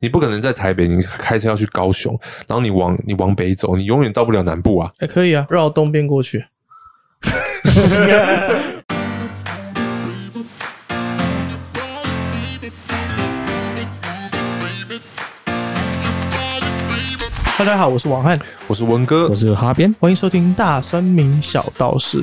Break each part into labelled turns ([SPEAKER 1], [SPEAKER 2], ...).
[SPEAKER 1] 你不可能在台北，你开车要去高雄，然后你往你往北走，你永远到不了南部啊。
[SPEAKER 2] 还可以啊，绕东边过去。 大家好，我是王翰，
[SPEAKER 1] 我是文哥
[SPEAKER 3] 我，是哈边，
[SPEAKER 2] 欢迎收听《大三明小道士》。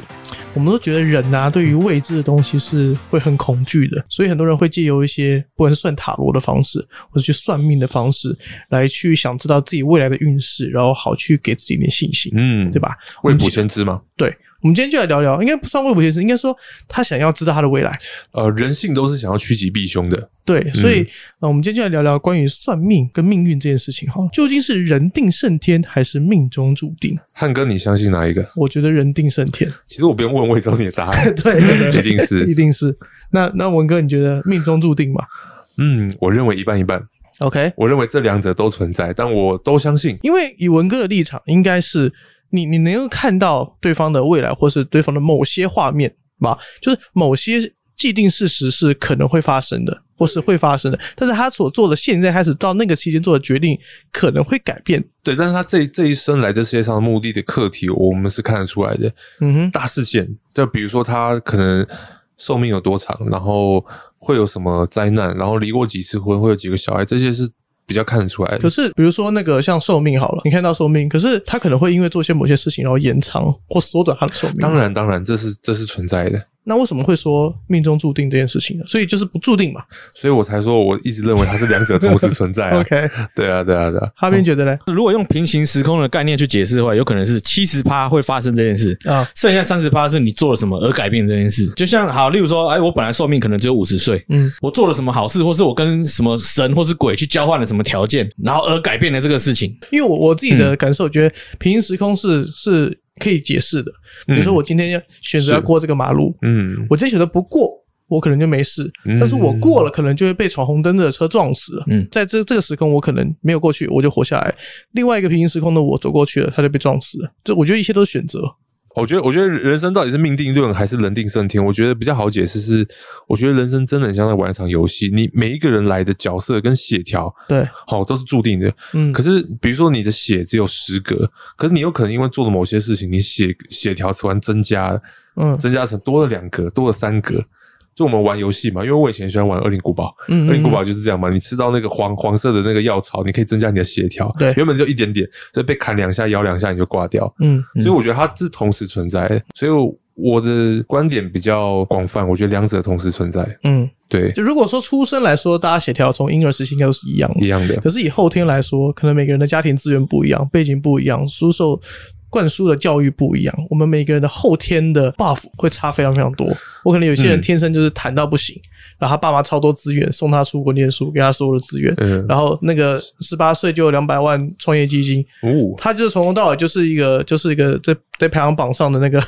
[SPEAKER 2] 我们都觉得人呐、对于未知的东西是会很恐惧的，所以很多人会借由一些不管是算塔罗的方式，或者去算命的方式，来去想知道自己未来的运势，然后好去给自己一点信心，
[SPEAKER 1] 嗯，
[SPEAKER 2] 对？吧？
[SPEAKER 1] 未卜先知嘛，
[SPEAKER 2] 对，我们今天就来聊聊，应该不算未卜先知，应该说他想要知道他的未来。
[SPEAKER 1] 呃，人性都是想要趋吉避凶的。
[SPEAKER 2] 对，所以、呃，我们今天就来聊聊关于算命跟命运这件事情哈，究竟是人定胜天还是命中注定？
[SPEAKER 1] 汉哥，你相信哪一个？
[SPEAKER 2] 我觉得人定胜天，
[SPEAKER 1] 其实我不用问，我也知道你的答案，
[SPEAKER 2] 对
[SPEAKER 1] 一定
[SPEAKER 2] 一
[SPEAKER 1] 是。
[SPEAKER 2] 定是。那那文哥，你觉得命中注定吗
[SPEAKER 1] 嗯，我认为一半一半，
[SPEAKER 2] ？OK，
[SPEAKER 1] 我认为这两者都存在，但我都相信。
[SPEAKER 2] 因为以文哥的立场，应该是你你能够看到对方的未来，或是对方的某些画面吧，就是某些既定事实是可能会发生的，或是会发生的。但是他所做的现在开始到那个期间做的决定，可能会改变。
[SPEAKER 1] 对，但是他这这一生来这世界上的目的的课题，我们是看得出来的。
[SPEAKER 2] 嗯哼，
[SPEAKER 1] 大事件，就比如说他可能寿命有多长，然后会有什么灾难，然后离过几次婚，会有几个小孩，这些是比较看得出来
[SPEAKER 2] 可
[SPEAKER 1] 的。
[SPEAKER 2] 是比如说那个像寿命好了，你看到寿命，可是他可能会因为做些某些事情，然后延长或缩短他的寿命。
[SPEAKER 1] 当，然，当然，这是这是存在的，
[SPEAKER 2] 那为什么会说命中注定这件事情呢？所以就是不注定嘛。
[SPEAKER 1] 所以我才说我一直认为它是两者同时存在啊。
[SPEAKER 2] OK，
[SPEAKER 1] 对啊，对啊，对啊，
[SPEAKER 2] 哈边觉得呢？
[SPEAKER 3] 如果用平行时空的概念去解释的话，有可能是七十趴会发生这件事，
[SPEAKER 2] 啊，
[SPEAKER 3] 剩下三十趴是你做了什么而改变这件事。就像好，例如说，哎，我本来寿命可能只有五十岁，
[SPEAKER 2] 嗯，
[SPEAKER 3] 我做了什么好事，或是我跟什么神或是鬼去交换了什么条件，然后而改变了这个事情。
[SPEAKER 2] 因为我我自己
[SPEAKER 1] 嗯
[SPEAKER 2] 的感受，觉得平行时空是是可以解释的。比如说，我今天要选择要过这个马路，
[SPEAKER 1] 嗯，
[SPEAKER 2] 我今天选择不过，我可能就没事；
[SPEAKER 1] 嗯
[SPEAKER 2] 但是我过了，可能就会被闯红灯的车撞死了。
[SPEAKER 3] 嗯
[SPEAKER 2] 在这这个时空，我可能没有过去，我就活下来；另外一个平行时空的我走过去了，他就被撞死了。这我觉得一切都是选择。
[SPEAKER 1] 我觉得，我觉得人生到底是命定论还是人定胜天？我觉得比较好解释是，我觉得人生真的很像在玩一场游戏，你每一个人来的角色跟血条，
[SPEAKER 2] 对，
[SPEAKER 1] 好、都是注定的。
[SPEAKER 2] 嗯，
[SPEAKER 1] 可是，比如说你的血只有十格，可是你有可能因为做了某些事情，你血血条突然增加了，
[SPEAKER 2] 嗯
[SPEAKER 1] 增加成多了两格，多了三格。就我们玩游戏嘛，因为我以前喜欢玩《恶灵古堡》，
[SPEAKER 2] 嗯
[SPEAKER 1] 《恶灵古堡
[SPEAKER 2] 嗯》
[SPEAKER 1] 就是这样嘛，你吃到那个黄黄色的那个药草，你可以增加你的血条，
[SPEAKER 2] 对
[SPEAKER 1] 原本就一点点，所以被砍两下、咬两下你就挂掉。
[SPEAKER 2] 嗯，
[SPEAKER 3] 嗯
[SPEAKER 1] 所以我觉得它是同时存在的，所以我我的观点比较广泛，我觉得两者同时存在，
[SPEAKER 2] 嗯，
[SPEAKER 1] 对，
[SPEAKER 2] 就如果说出生来说，大家协调从婴儿时期应该都是一样的
[SPEAKER 1] 一。样的。
[SPEAKER 2] 可是以后天来说，可能每个人的家庭资源不一样，背景不一样，输受灌输的教育不一样，我们每个人的后天的 buff 会差非常非常多。我可能有些人
[SPEAKER 1] 嗯
[SPEAKER 2] 天生就是弹到不行，然后他爸妈超多资源，送他出国念书，给他所有的资源。
[SPEAKER 1] 嗯，
[SPEAKER 2] 然后那个十八岁就有两百万创业基金，
[SPEAKER 1] 五、
[SPEAKER 2] 他就是从头到尾就是一个就是一个在在排行榜上的那个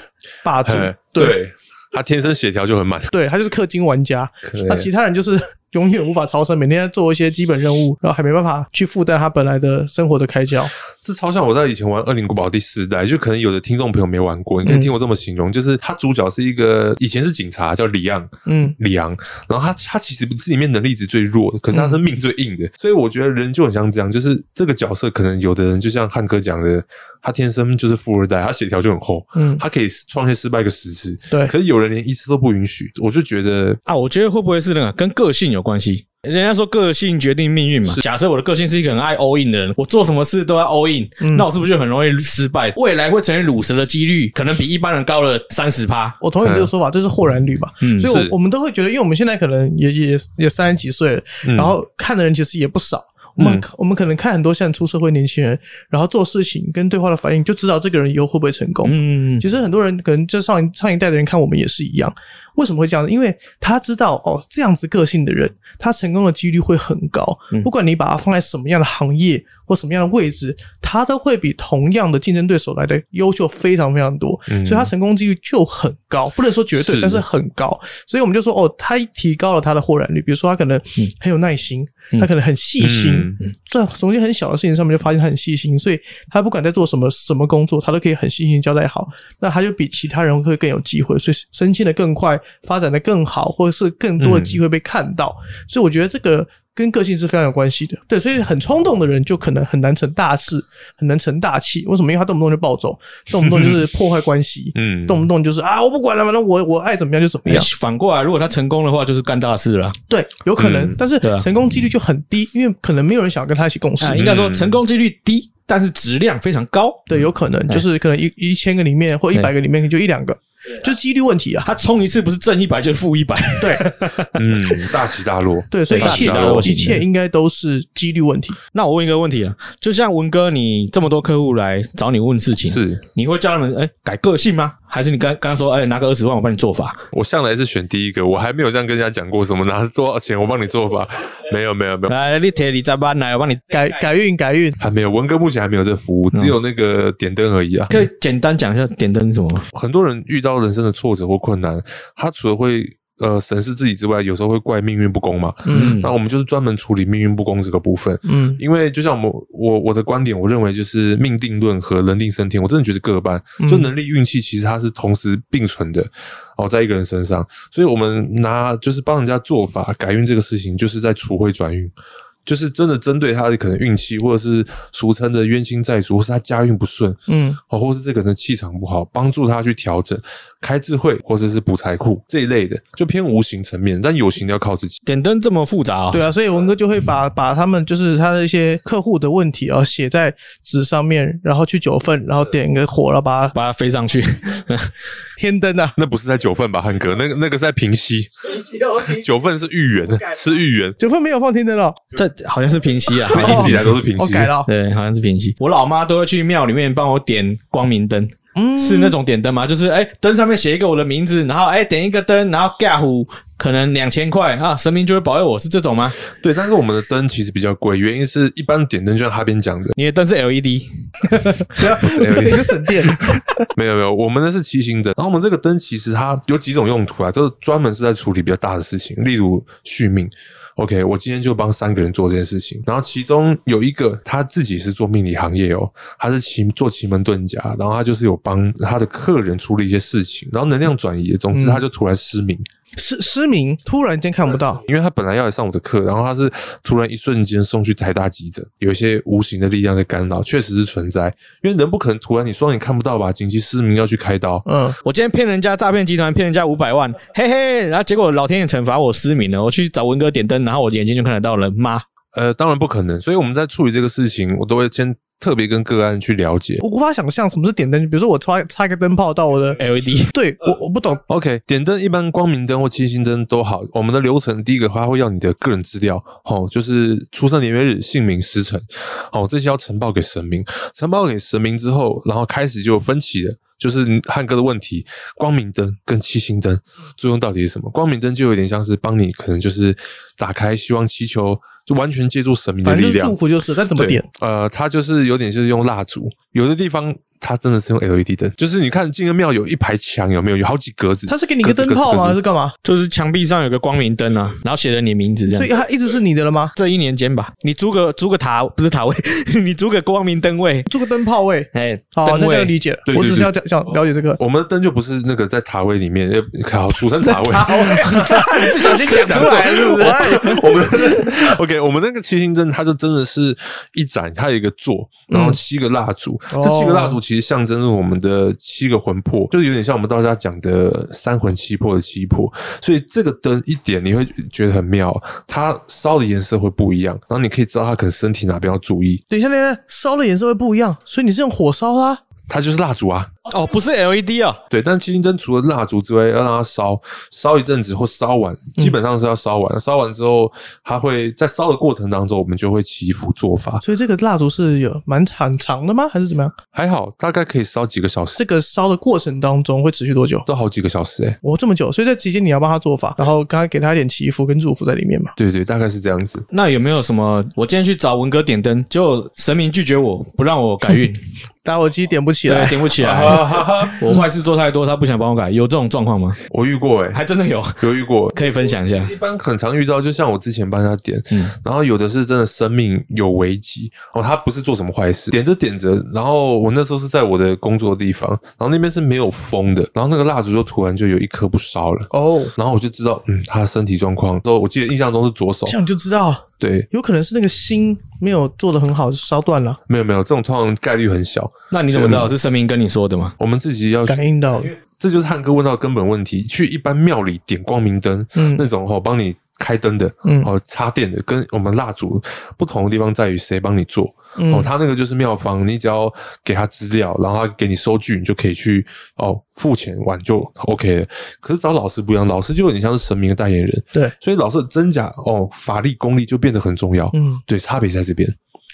[SPEAKER 2] 霸主
[SPEAKER 1] 嘿，
[SPEAKER 2] 对
[SPEAKER 1] 对，他天生血条就很满，
[SPEAKER 2] 对，他就是氪金玩家，
[SPEAKER 1] 对
[SPEAKER 2] 那其他人就是 永远无法超生，每天在做一些基本任务，然后还没办法去负担他本来的生活的开销。
[SPEAKER 1] 这超像我在以前玩《恶灵古堡》第四代，就可能有的听众朋友没玩过，你可以
[SPEAKER 2] 嗯
[SPEAKER 1] 听我这么形容，就是他主角是一个以前是警察，叫里昂，
[SPEAKER 2] 嗯，
[SPEAKER 1] 里昂，然后他他其实不是里面能力值最弱的，可是他
[SPEAKER 2] 嗯
[SPEAKER 1] 是命最硬的，所以我觉得人就很像这样，就是这个角色可能有的人就像汉哥讲的，他天生就是富二代，他血条就很厚，
[SPEAKER 2] 嗯，
[SPEAKER 1] 他可以创业失败个十次，
[SPEAKER 2] 对，
[SPEAKER 1] 可是有人连一次都不允许，我就觉得
[SPEAKER 3] 啊，我觉得会不会是那个跟个性有关系？人家说个性决定命运嘛。假设我的个性是一个很爱 all in 的人，我做什么事都要 all in，、
[SPEAKER 2] 嗯
[SPEAKER 3] 那我是不是就很容易失败？未来会成为乳蛇的几率可能比一般人高了三十趴。
[SPEAKER 2] 我同意你这个说法，这是豁然率吧。
[SPEAKER 3] 嗯
[SPEAKER 2] 所以我，
[SPEAKER 1] 是
[SPEAKER 2] 我们都会觉得，因为我们现在可能也也也三十几岁了，
[SPEAKER 1] 嗯
[SPEAKER 2] 然后看的人其实也不少。我们、我们可能看很多现在出社会年轻人，然后做事情跟对话的反应，就知道这个人以后会不会成功。
[SPEAKER 3] 嗯，
[SPEAKER 2] 其实很多人可能就上一上一代的人看我们也是一样，为什么会这样呢？因为他知道哦，这样子个性的人，他成功的几率会很高。
[SPEAKER 3] 嗯
[SPEAKER 2] 不管你把他放在什么样的行业或什么样的位置，他都会比同样的竞争对手来的优秀非常非常多，
[SPEAKER 1] 嗯
[SPEAKER 2] 所以他成功几率就很高，不能说绝对，
[SPEAKER 1] 是
[SPEAKER 2] 但是很高。所以我们就说哦，他提高了他的豁然率，比如说他可能很有耐心，
[SPEAKER 3] 嗯
[SPEAKER 2] 他可能很细心。
[SPEAKER 1] 嗯，
[SPEAKER 2] 在从一件很小的事情上面就发现他很细心，所以他不管在做什么什么工作，他都可以很细心地交代好。那他就比其他人会更有机会，所以升迁的更快，发展的更好，或者是更多的机会被看到。所以我觉得这个跟个性是非常有关系的。对，所以很冲动的人就可能很难成大事，很难成大器。为什么？因为他动不动就暴走，动不动就是破坏关系
[SPEAKER 1] 嗯，
[SPEAKER 2] 动不动就是啊，我不管了，反正我我爱怎么样就怎么样。
[SPEAKER 3] 哎反过来，如果他成功的话，就是干大事了。
[SPEAKER 2] 对，有可能，
[SPEAKER 1] 嗯
[SPEAKER 2] 但是
[SPEAKER 3] 对啊
[SPEAKER 2] 成功几率就很低，因为可能没有人想跟他一起共事。
[SPEAKER 3] 啊，应该说
[SPEAKER 1] 嗯
[SPEAKER 3] 成功几率低，但是质量非常高。
[SPEAKER 2] 对，有可能就是可能一一千个里面或一百个里面可能就一两个，就几率问题啊。
[SPEAKER 3] 他冲一次不是挣一百就是负一百，
[SPEAKER 1] 嗯，大起大 落，
[SPEAKER 2] 对，所以一
[SPEAKER 1] 大
[SPEAKER 2] 切
[SPEAKER 1] 起大落
[SPEAKER 2] 一切应该都是几率问题。
[SPEAKER 3] 那我问一个问题啊，就像文哥，你这么多客户来找你问事情，
[SPEAKER 1] 是
[SPEAKER 3] 你会叫他们哎、改个性吗？还是你刚刚说哎、拿个二十万我帮你做法？
[SPEAKER 1] 我向来是选第一个，我还没有这样跟人家讲过什么拿多少钱我帮你做吧，没有没有没有，
[SPEAKER 3] 来，哎你铁你加班来，我帮你
[SPEAKER 2] 改改运改运，
[SPEAKER 1] 还没有文哥目前还没有这服务，只有那个点灯而已啊。
[SPEAKER 3] 可以简单讲一下点灯是什么吗？
[SPEAKER 1] 很多人遇到人生的挫折或困难，他除了会呃审视自己之外，有时候会怪命运不公嘛。
[SPEAKER 2] 嗯
[SPEAKER 1] 那我们就是专门处理命运不公这个部分。
[SPEAKER 2] 嗯
[SPEAKER 1] 因为就像我们我我的观点，我认为就是命定论和人定胜天，我真的觉得各半
[SPEAKER 2] 嗯。
[SPEAKER 1] 就能力、运气，其实它是同时并存的哦，在一个人身上。所以我们拿就是帮人家做法改运这个事情，就是在除会转运，就是真的针对他的可能运气，或者是俗称的冤亲债主，或是他家运不顺，
[SPEAKER 2] 嗯
[SPEAKER 1] 哦，或是这个人的气场不好，帮助他去调整、开智慧，或者是补财库这一类的，就偏无形层面，但有形的要靠自己。
[SPEAKER 3] 点灯这么复杂、啊？
[SPEAKER 2] 对啊，所以文哥就会把把他们就是他的一些客户的问题啊写在纸上面，然后去九份，然后点一个火，然后把它
[SPEAKER 3] 把它飞上去，
[SPEAKER 2] 天灯啊，
[SPEAKER 1] 那不是在九份吧，汉哥？那个那个是在平西，九份是芋圆，吃芋圆，
[SPEAKER 2] 九份没有放天灯了，
[SPEAKER 3] 这好像是 平息啊，
[SPEAKER 1] 一直以来都是平
[SPEAKER 2] 哦
[SPEAKER 1] 西。
[SPEAKER 2] 改了，
[SPEAKER 3] 对，好像是平息。我老妈都会去庙里面帮我点光明灯，
[SPEAKER 2] 嗯，
[SPEAKER 3] 是那种点灯吗？就是哎，灯上面写一个我的名字，然后哎点一个灯，然后尬虎可能两千块啊，神明就会保佑我，是这种吗？
[SPEAKER 1] 对，但是我们的灯其实比较贵，原因是一般点灯就像哈边讲的，
[SPEAKER 3] 你的灯是 E LED，
[SPEAKER 2] 对，就省电，
[SPEAKER 1] 没有没有，我们那是骑行灯。然后我们这个灯其实它有几种用途啊，就是专门是在处理比较大的事情，例如续命。OK，我今天就帮三个人做这件事情，然后其中有一个他自己是做命理行业哦，他是奇做奇门遁甲，然后他就是有帮他的客人处理一些事情，然后能量转移，总
[SPEAKER 2] 嗯
[SPEAKER 1] 之他就突然失明，
[SPEAKER 2] 失失明，突然间看不到，
[SPEAKER 1] 因为他本来要来上我的课，然后他是突然一瞬间送去台大急诊，有一些无形的力量在干扰，确实是存在，因为人不可能突然你双眼看不到吧，紧急失明要去开刀，
[SPEAKER 2] 嗯，
[SPEAKER 3] 我今天骗人家诈骗集团骗人家五百万，嘿嘿，然后结果老天爷惩罚我失明了，我去找文哥点灯，然后我眼睛就看得到了，妈，
[SPEAKER 1] 呃，当然不可能，所以我们在处理这个事情，我都会先特别跟个案去了解。
[SPEAKER 2] 我无法想象什么是点灯，比如说我插插一个灯泡到我的，
[SPEAKER 3] LED
[SPEAKER 2] 对我我不懂，
[SPEAKER 1] OK，点灯一般光明灯或七星灯都好。我们的流程第一个，他会要你的个人资料，哦，就是出生年月日、姓名、时辰，哦，这些要呈报给神明。呈报给神明之后，然后开始就有分歧了，就是汉哥的问题，光明灯跟七星灯作用到底是什么？光明灯就有点像是帮你，可能就是打开，希望祈求，就完全借助神明的
[SPEAKER 2] 反正
[SPEAKER 1] 力
[SPEAKER 2] 就是
[SPEAKER 1] 量
[SPEAKER 2] 祝。福就是，但怎么
[SPEAKER 1] 对，
[SPEAKER 2] 点？
[SPEAKER 1] 呃，它就是有点就是用蜡烛，有的地方它真的是用 LED 灯，就是你看进个庙有一排墙，有没有？有好几格子，
[SPEAKER 2] 他是给你一个
[SPEAKER 1] 格
[SPEAKER 2] 灯
[SPEAKER 1] 子
[SPEAKER 2] 泡吗？
[SPEAKER 1] 格子
[SPEAKER 2] 还？
[SPEAKER 1] 格
[SPEAKER 2] 是
[SPEAKER 1] 子
[SPEAKER 2] 干嘛？
[SPEAKER 3] 就是墙壁上有个光明灯啊，然后写着你名字这
[SPEAKER 2] 所以
[SPEAKER 3] 样。
[SPEAKER 2] 他一直是你的了吗？
[SPEAKER 3] 这一年间吧，你租个租个塔不是塔位， 你租个光明灯位，
[SPEAKER 2] 做个灯泡位，
[SPEAKER 3] 哎，
[SPEAKER 2] 好，
[SPEAKER 3] 灯
[SPEAKER 2] 那这
[SPEAKER 3] 位
[SPEAKER 2] 样理解了
[SPEAKER 1] 对。对
[SPEAKER 2] 我只是要讲
[SPEAKER 3] 哦
[SPEAKER 2] 想了解这个。
[SPEAKER 1] 我们的灯就不是那个在塔位里面，呃，好，俗称塔位。
[SPEAKER 3] 你不小心讲出 来了是不是？
[SPEAKER 2] 哎
[SPEAKER 1] 我们 OK，我们那个七星灯，它就真的是一盏，它有一个座，然后
[SPEAKER 2] 嗯
[SPEAKER 1] 七个蜡烛。
[SPEAKER 2] 哦
[SPEAKER 1] 这七个蜡烛其实象征着我们的七个魂魄，就有点像我们道家讲的三魂七魄的七魄。所以这个灯一点，你会觉得很妙，它烧的颜色会不一样，然后你可以知道它可能身体哪边要注意。
[SPEAKER 2] 等一下，等一下，烧的颜色会不一样，所以你是用火烧它。
[SPEAKER 1] 它就是蜡烛啊，
[SPEAKER 3] 哦，不是 LED 哦，
[SPEAKER 1] 对。但七星灯除了蜡烛之外，要让它烧烧一阵子或烧完，
[SPEAKER 3] 嗯
[SPEAKER 1] 基本上是要烧完。烧完之后，它会在烧的过程当中，我们就会祈福做法。
[SPEAKER 2] 所以这个蜡烛是有蛮长长的吗？还是怎么样？
[SPEAKER 1] 还好，大概可以烧几个小时，
[SPEAKER 2] 这个烧的过程当中会持续多久？
[SPEAKER 1] 都好几个小时哎、
[SPEAKER 2] 我、哦、这么久，所以在期间你要帮他做法，然后刚刚给他一点祈福跟祝福在里面嘛。
[SPEAKER 1] 对对，大概是这样子。
[SPEAKER 3] 那有没有什么？我今天去找文哥点灯，结果神明拒绝我，不让我改运，
[SPEAKER 2] 打火机点不起
[SPEAKER 3] 对，
[SPEAKER 2] 来，
[SPEAKER 3] 点不起 来。我坏事做太多，他不想帮我改，有这种状况吗？
[SPEAKER 1] 我遇过哎、
[SPEAKER 3] 还真的有，
[SPEAKER 1] 有遇过。
[SPEAKER 3] 可以分享一下。
[SPEAKER 1] 一般很常遇到，就像我之前帮他点，
[SPEAKER 3] 嗯
[SPEAKER 1] 然后有的是真的生命有危机哦，他不是做什么坏事，点着点着，然后我那时候是在我的工作的地方，然后那边是没有风的，然后那个蜡烛就突然就有一颗不烧了，
[SPEAKER 2] 哦，
[SPEAKER 1] 然后我就知道，嗯，他的身体状况，之后我记得印象中是左手，
[SPEAKER 2] 这样就知道了。
[SPEAKER 1] 对，
[SPEAKER 2] 有可能是那个心没有做的很好，烧断了，
[SPEAKER 1] 没有没有，这种通常概率很小。
[SPEAKER 3] 那你怎么知道是神明跟你说的吗？
[SPEAKER 1] 我们自己要去
[SPEAKER 2] 感应到了，
[SPEAKER 1] 这就是汉哥问到的根本问题。去一般庙里点光明灯，
[SPEAKER 2] 嗯
[SPEAKER 1] 那种哦帮你开灯的，
[SPEAKER 2] 嗯
[SPEAKER 1] 哦插电的，跟我们蜡烛不同的地方在于谁帮你做。
[SPEAKER 2] 嗯
[SPEAKER 1] 哦，他那个就是庙方，你只要给他资料，然后他给你收据，你就可以去哦付钱玩就 OK 了。可是找老师不一样，老师就有点像是神明的代言人，
[SPEAKER 2] 对，
[SPEAKER 1] 所以老师的真假哦法力功力就变得很重要。
[SPEAKER 2] 嗯
[SPEAKER 1] 对，差别在这边。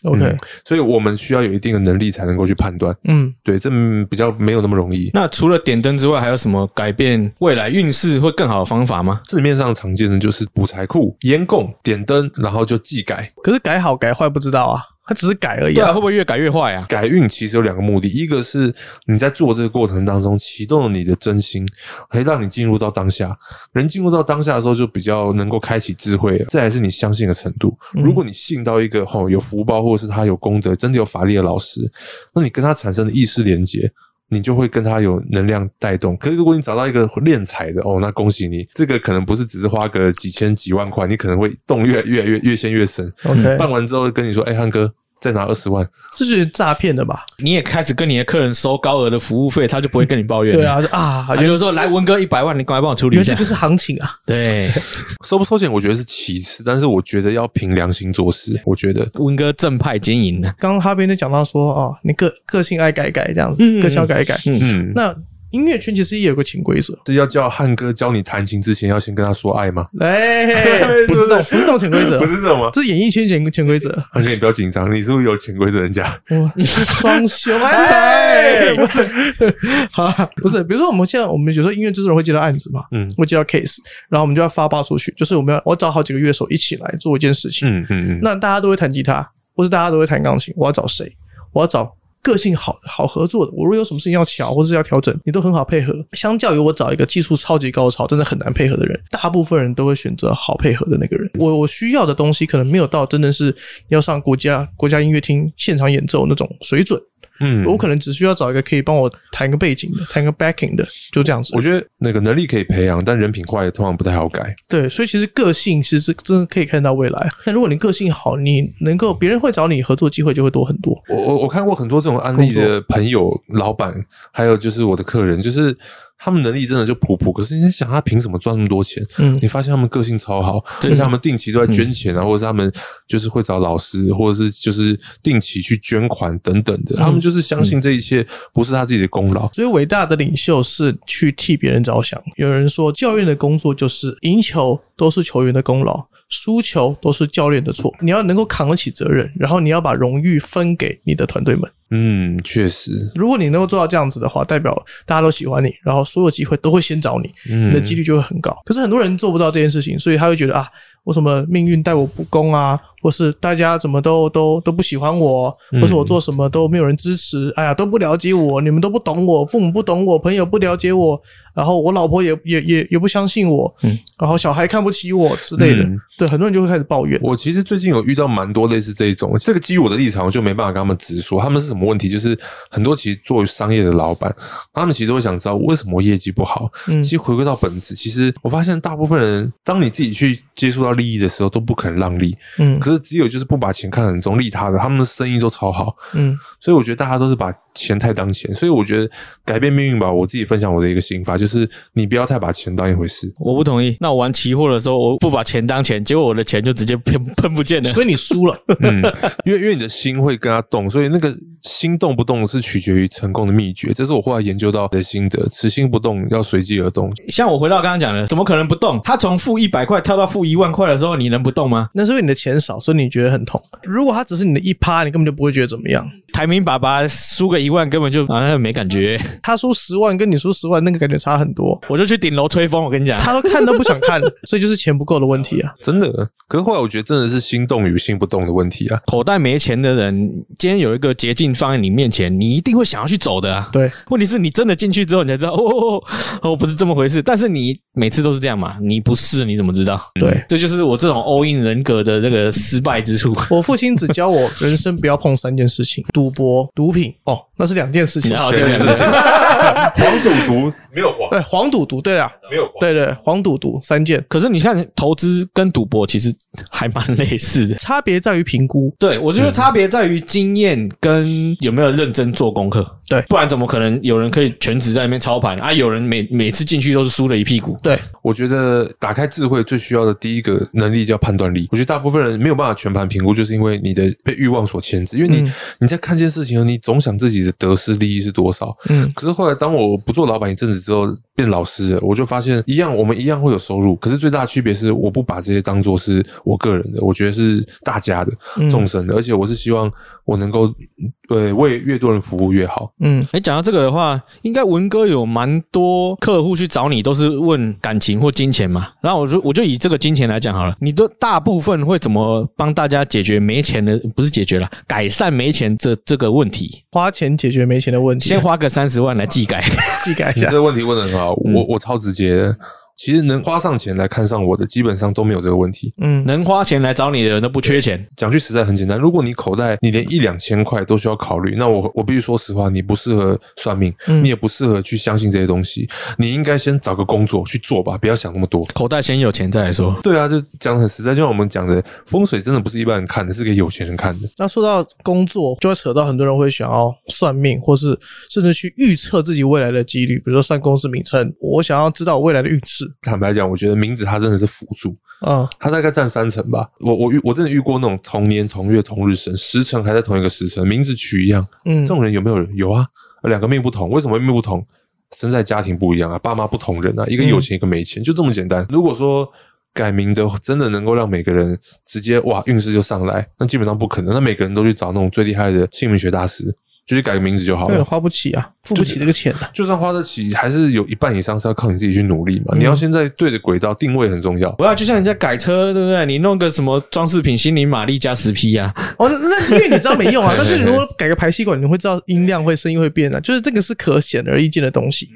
[SPEAKER 2] ，OK，
[SPEAKER 1] 嗯所以我们需要有一定的能力才能够去判断。
[SPEAKER 2] 嗯，
[SPEAKER 1] 对，这嗯比较没有那么容易。
[SPEAKER 3] 那除了点灯之外，还有什么改变未来运势会更好的方法吗？
[SPEAKER 1] 市面上常见的就是补财库、烟供、点灯，然后就祭改。
[SPEAKER 2] 可是改好改坏不知道啊，他只是改而已
[SPEAKER 3] 对啊，
[SPEAKER 2] 啊，
[SPEAKER 3] 会不会越改越坏啊？
[SPEAKER 1] 改运其实有两个目的，一个是你在做这个过程当中启动了你的真心，可以让你进入到当下。人进入到当下的时候，就比较能够开启智慧了。再来是你相信的程度。
[SPEAKER 2] 嗯
[SPEAKER 1] 如果你信到一个吼、有福报，或者是他有功德，真的有法力的老师，那你跟他产生的意识连接。你就会跟他有能量带动。可是如果你找到一个敛财的哦，那恭喜你，这个可能不是只是花个几千几万块，你可能会动越越越越陷越深。
[SPEAKER 2] OK，
[SPEAKER 1] 办完之后跟你说，哎、汉哥，再拿二十万，
[SPEAKER 2] 这就是诈骗的吧？
[SPEAKER 3] 你也开始跟你的客人收高额的服务费，他就不会跟你抱怨了。
[SPEAKER 2] 对啊，就啊，
[SPEAKER 3] 他
[SPEAKER 2] 原
[SPEAKER 3] 就是说来文哥一百万，你赶快帮我处理
[SPEAKER 2] 原
[SPEAKER 3] 一
[SPEAKER 2] 来
[SPEAKER 3] 下
[SPEAKER 2] 这个。是行情啊，
[SPEAKER 3] 对，
[SPEAKER 1] 收不收钱，我觉得是其次，但是我觉得要凭良心做事。我觉得
[SPEAKER 3] 文哥正派经营的，
[SPEAKER 2] 刚刚哈边就讲到说哦，你个个性爱改改这样子，
[SPEAKER 3] 嗯
[SPEAKER 2] 个性要改一改。
[SPEAKER 3] 嗯，
[SPEAKER 1] 嗯，
[SPEAKER 2] 那音乐圈其实也有个潜规则，
[SPEAKER 1] 是要叫汉哥教你弹琴之前，要先跟他说爱吗？
[SPEAKER 2] 哎，不是这种，不是这种潜规 则，
[SPEAKER 1] 不是这种吗？
[SPEAKER 2] 这是演艺圈潜潜规则。
[SPEAKER 1] 汉哥，你不要紧张，你是不是有潜规则人家？
[SPEAKER 2] 哇，双修哎，不是， 好啊，不是，比如说我们现在我们有时候音乐制作人会接到案子嘛，
[SPEAKER 1] 嗯
[SPEAKER 2] 会接到 case，然后我们就要发包出去，就是我们要我找好几个乐手一起来做一件事情。
[SPEAKER 1] 嗯嗯嗯，
[SPEAKER 2] 那大家都会弹吉他，或是大家都会弹钢琴，我要找谁？我要找个性好好合作的。我如果有什么事情要瞧或是要调整，你都很好配合。相较于我找一个技术超级高超，真的很难配合的人，大部分人都会选择好配合的那个人。我我需要的东西可能没有到真的是要上国家国家音乐厅现场演奏那种水准，
[SPEAKER 1] 嗯，
[SPEAKER 2] 我可能只需要找一个可以帮我弹个背景的，弹个 backing 的，就这样子
[SPEAKER 1] 我。觉得那个能力可以培养，但人品坏通常不太好改。
[SPEAKER 2] 对，所以其实个性其实真的可以看到未来。但如果你个性好，你能够别人会找你合作机会就会多很多。
[SPEAKER 1] 我我我看过很多这种案例的朋友、老板，还有就是我的客人，就是他们能力真的就普普，可是你在想他凭什么赚那么多钱？
[SPEAKER 2] 嗯
[SPEAKER 1] 你发现他们个性超好，而
[SPEAKER 3] 对
[SPEAKER 1] 且他们定期都在捐钱啊，或者是他们就是会找老师，或者是就是定期去捐款等等的，他们就是相信这一切不是他自己的功劳。
[SPEAKER 2] 所以伟大的领袖是去替别人着想。有人说，教练的工作就是赢球都是球员的功劳，输球都是教练的错。你要能够扛得起责任，然后你要把荣誉分给你的团队们。
[SPEAKER 1] 嗯，确实，
[SPEAKER 2] 如果你能够做到这样子的话，代表大家都喜欢你，然后所有机会都会先找你，
[SPEAKER 1] 嗯，
[SPEAKER 2] 你的几率就会很高。可是很多人做不到这件事情，所以他会觉得啊，为什么命运待我不公啊，或是大家怎么都都都不喜欢我，
[SPEAKER 1] 嗯
[SPEAKER 2] 或是我做什么都没有人支持，哎呀都不了解我，你们都不懂我，父母不懂我，朋友不了解我，然后我老婆也也也也不相信我，
[SPEAKER 3] 嗯
[SPEAKER 2] 然后小孩看不起我之类的，
[SPEAKER 1] 嗯
[SPEAKER 2] 对，很多人就会开始抱怨。
[SPEAKER 1] 我其实最近有遇到蛮多类似这一种，这个基于我的立场，我就没办法跟他们直说。他们是什么问题？就是很多其实做商业的老板，他们其实都会想知道为什么业绩不好。
[SPEAKER 2] 嗯
[SPEAKER 1] 其实回归到本质，其实我发现大部分人，当你自己去接触到利益的时候，都不肯让利。
[SPEAKER 2] 嗯
[SPEAKER 1] 可是只有就是不把钱看得很重，利他的，他们的生意都超好。
[SPEAKER 2] 嗯
[SPEAKER 1] 所以我觉得大家都是把钱太当钱，所以我觉得改变命运吧。我自己分享我的一个心法，就是你不要太把钱当一回事。
[SPEAKER 3] 我不同意。那我玩期货的时候，我不把钱当钱，结果我的钱就直接喷 喷不见了。
[SPEAKER 2] 所以你输了，
[SPEAKER 1] 嗯， 因为因为你的心会跟他动，所以那个心动不动是取决于成功的秘诀。这是我后来研究到的心得，此心不动要随机而动。
[SPEAKER 3] 像我回到刚刚讲的，怎么可能不动？他从负一百块跳到负一万块的时候，你能不动吗？
[SPEAKER 2] 那是因为你的钱少，所以你觉得很痛。如果他只是你的一趴，你根本就不会觉得怎么样。
[SPEAKER 3] 台民爸爸输个一万，根本就啊没感觉。
[SPEAKER 2] 他输十万跟你输十万，那个感觉差很多。
[SPEAKER 3] 我就去顶楼吹风，我跟你讲。
[SPEAKER 2] 他都看都不想看，所以就是钱不够的问题啊。
[SPEAKER 1] 真的，可是后来我觉得真的是心动与心不动的问题啊。
[SPEAKER 3] 口袋没钱的人，今天有一个捷径放在你面前，你一定会想要去走的啊。
[SPEAKER 2] 对，
[SPEAKER 3] 问题是你真的进去之后，你才知道哦哦哦哦，不是这么回事。但是你每次都是这样嘛，你不试你怎么知道？
[SPEAKER 2] 对
[SPEAKER 3] 这就是我这种 all in 人格的那 个失败之处。
[SPEAKER 2] 我父亲只教我人生不要碰三件事情：赌博、毒品、哦，那是两件事情
[SPEAKER 3] 然。后
[SPEAKER 1] 这
[SPEAKER 3] 这
[SPEAKER 1] 件
[SPEAKER 3] 件
[SPEAKER 1] 事
[SPEAKER 3] 事
[SPEAKER 1] 情，
[SPEAKER 3] 情，
[SPEAKER 1] 黄赌毒没有黄，
[SPEAKER 2] 对，黄赌毒，对啦，
[SPEAKER 1] 没有黄，
[SPEAKER 2] 对对，黄赌毒三件，
[SPEAKER 3] 可是你看投资跟赌博其实还蛮类似的。
[SPEAKER 2] 差别在于评估。
[SPEAKER 3] 对，我觉得差别在于经验跟有没有认真做功课。
[SPEAKER 2] 对
[SPEAKER 3] 不然怎么可能有人可以全职在那边操盘啊？有人每每次进去都是输了一屁股。
[SPEAKER 2] 对，
[SPEAKER 1] 我觉得打开智慧最需要的第一个能力叫判断力。我觉得大部分人没有办法全盘评估，就是因为你的被欲望所牵制。因为你、
[SPEAKER 2] 嗯
[SPEAKER 1] 你在看这件事情的时候，你总想自己的得失利益是多少。
[SPEAKER 2] 嗯，
[SPEAKER 1] 可是后来，当我不做老板一阵子之后，变老师了，我就发现一样，我们一样会有收入。可是最大的区别是，我不把这些当做是我个人的，我觉得是大家的、
[SPEAKER 2] 嗯
[SPEAKER 1] 众生的，而且我是希望我能够，呃，为越多人服务越好。
[SPEAKER 2] 嗯，
[SPEAKER 3] 哎，讲到这个的话，应该文哥有蛮多客户去找你，都是问感情或金钱嘛。然后我说，我就以这个金钱来讲好了，你的大部分会怎么帮大家解决没钱的，不是解决了，改善没钱这这个问题？
[SPEAKER 2] 花钱解决没钱的问题，
[SPEAKER 3] 先花个三十万来技改。
[SPEAKER 2] 技 改一
[SPEAKER 1] 你这
[SPEAKER 2] 下。
[SPEAKER 1] 个问题问的很好，我我超直接的。其实能花上钱来看上我的，基本上都没有这个问题。
[SPEAKER 2] 嗯，
[SPEAKER 3] 能花钱来找你的人都不缺钱，
[SPEAKER 1] 讲句实在很简单，如果你口袋你连一两千块都需要考虑，那我我必须说实话，你不适合算命，
[SPEAKER 2] 嗯
[SPEAKER 1] 你也不适合去相信这些东西。你应该先找个工作去做吧，不要想那么多。
[SPEAKER 3] 口袋先有钱再来说。
[SPEAKER 1] 对啊，就讲得很实在，就像我们讲的，风水真的不是一般人看的，是给有钱人看的。
[SPEAKER 2] 那说到工作，就会扯到很多人会想要算命，或是甚至去预测自己未来的几率，比如说算公司名称，我想要知道我未来的运势。
[SPEAKER 1] 坦白讲，我觉得名字它真的是辅助，
[SPEAKER 2] 嗯
[SPEAKER 1] 它大概占三成吧。我我遇我真的遇过那种同年同月同日生，时辰还在同一个时辰，名字取一样，
[SPEAKER 2] 嗯
[SPEAKER 1] 这，种人有没有人？有啊，两个命不同，为什么命不同？生在家庭不一样啊，爸妈不同人啊，一个有钱，一个没
[SPEAKER 2] 嗯
[SPEAKER 1] 钱，就这么简单。如果说改名的真的能够让每个人直接哇运势就上来，那基本上不可能。那每个人都去找那种最厉害的姓名学大师，就去改个名字就好
[SPEAKER 2] 因为
[SPEAKER 1] 了。
[SPEAKER 2] 花不起啊，付不起这个钱的、
[SPEAKER 1] 就算花得起，还是有一半以上是要靠你自己去努力嘛。
[SPEAKER 2] 嗯
[SPEAKER 1] 你要先在对的轨道定位很重要。
[SPEAKER 3] 不要，就像人家改车，对不对？你弄个什么装饰品，心灵玛丽加十 P 啊呀、
[SPEAKER 2] 哦，那那因为你知道没用 啊，但是如果改个排气管，你会知道音量会声音会变的、就是这个是可显而易见的东西。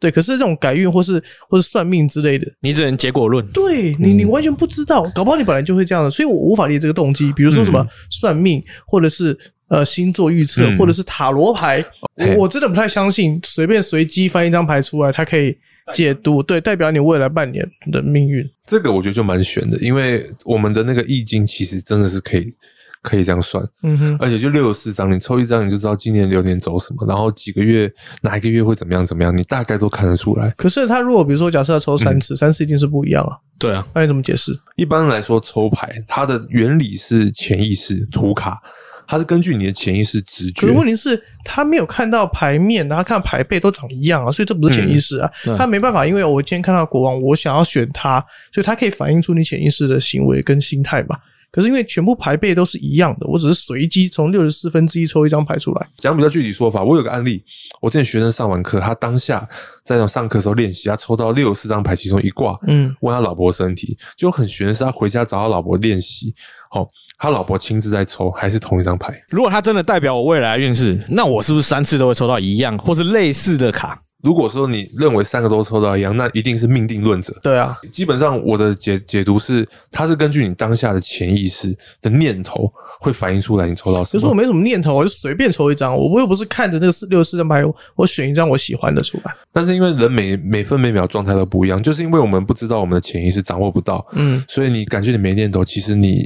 [SPEAKER 2] 对，可是这种改运或是或是算命之类的，嗯
[SPEAKER 3] 你只能结果论。
[SPEAKER 2] 对你你完全不知道，搞不好你本来就会这样的，所以我无法理解这个动机。比如说什么算命，或者是呃星座预测，
[SPEAKER 1] 嗯
[SPEAKER 2] 或者是塔罗牌，
[SPEAKER 1] 嘿
[SPEAKER 2] 我我真的不太相信随便随机翻一张牌出来，它可以解读对代表你未来半年的命运。
[SPEAKER 1] 这个我觉得就蛮悬的，因为我们的那个易经其实真的是可以可以这样算。
[SPEAKER 2] 嗯哼，
[SPEAKER 1] 而且就六十四张，你抽一张你就知道今年流年走什么，然后几个月哪一个月会怎么样怎么样，你大概都看得出来。
[SPEAKER 2] 可是他如果比如说假设他抽三次，三次一定是不一样啊，
[SPEAKER 3] 对啊，
[SPEAKER 2] 那你怎么解释？
[SPEAKER 1] 一般来说，抽牌它的原理是潜意识图卡，它是根据你的潜意识直
[SPEAKER 2] 可
[SPEAKER 1] 觉
[SPEAKER 2] 是。问题是，他没有看到牌面，然后看牌背都长一样啊，所以这不是潜意识啊。
[SPEAKER 3] 嗯
[SPEAKER 2] 他没办法，因为我今天看到国王，我想要选他，所以他可以反映出你潜意识的行为跟心态嘛。可是因为全部牌背都是一样的，我只是随机从六十四分之一抽一张牌出来。
[SPEAKER 1] 讲比较具体说法，我有个案例，我之前学生上完课，他当下在那种上课的时候练习，他抽到六十四张牌，其中一卦，
[SPEAKER 2] 嗯
[SPEAKER 1] 问他老婆身体，就很悬是他回家找他老婆练习，哦，他老婆亲自在抽，还是同一张牌。
[SPEAKER 3] 如果它真的代表我未来的运势，那我是不是三次都会抽到一样或是类似的卡？
[SPEAKER 1] 如果说你认为三个都抽到一样，那一定是命定论者。
[SPEAKER 2] 对啊，
[SPEAKER 1] 基本上我的解解读是，它是根据你当下的潜意识的念头会反映出来你抽到什
[SPEAKER 2] 可是我
[SPEAKER 1] 么。
[SPEAKER 2] 没什么念头，我就随便抽一张，我我又不是看着这个四六十四张牌，我我选一张我喜欢的出来。
[SPEAKER 1] 但是因为人每每分每秒状态都不一样，就是因为我们不知道我们的潜意识掌握不到，
[SPEAKER 2] 嗯
[SPEAKER 1] 所以你感觉你没念头，其实你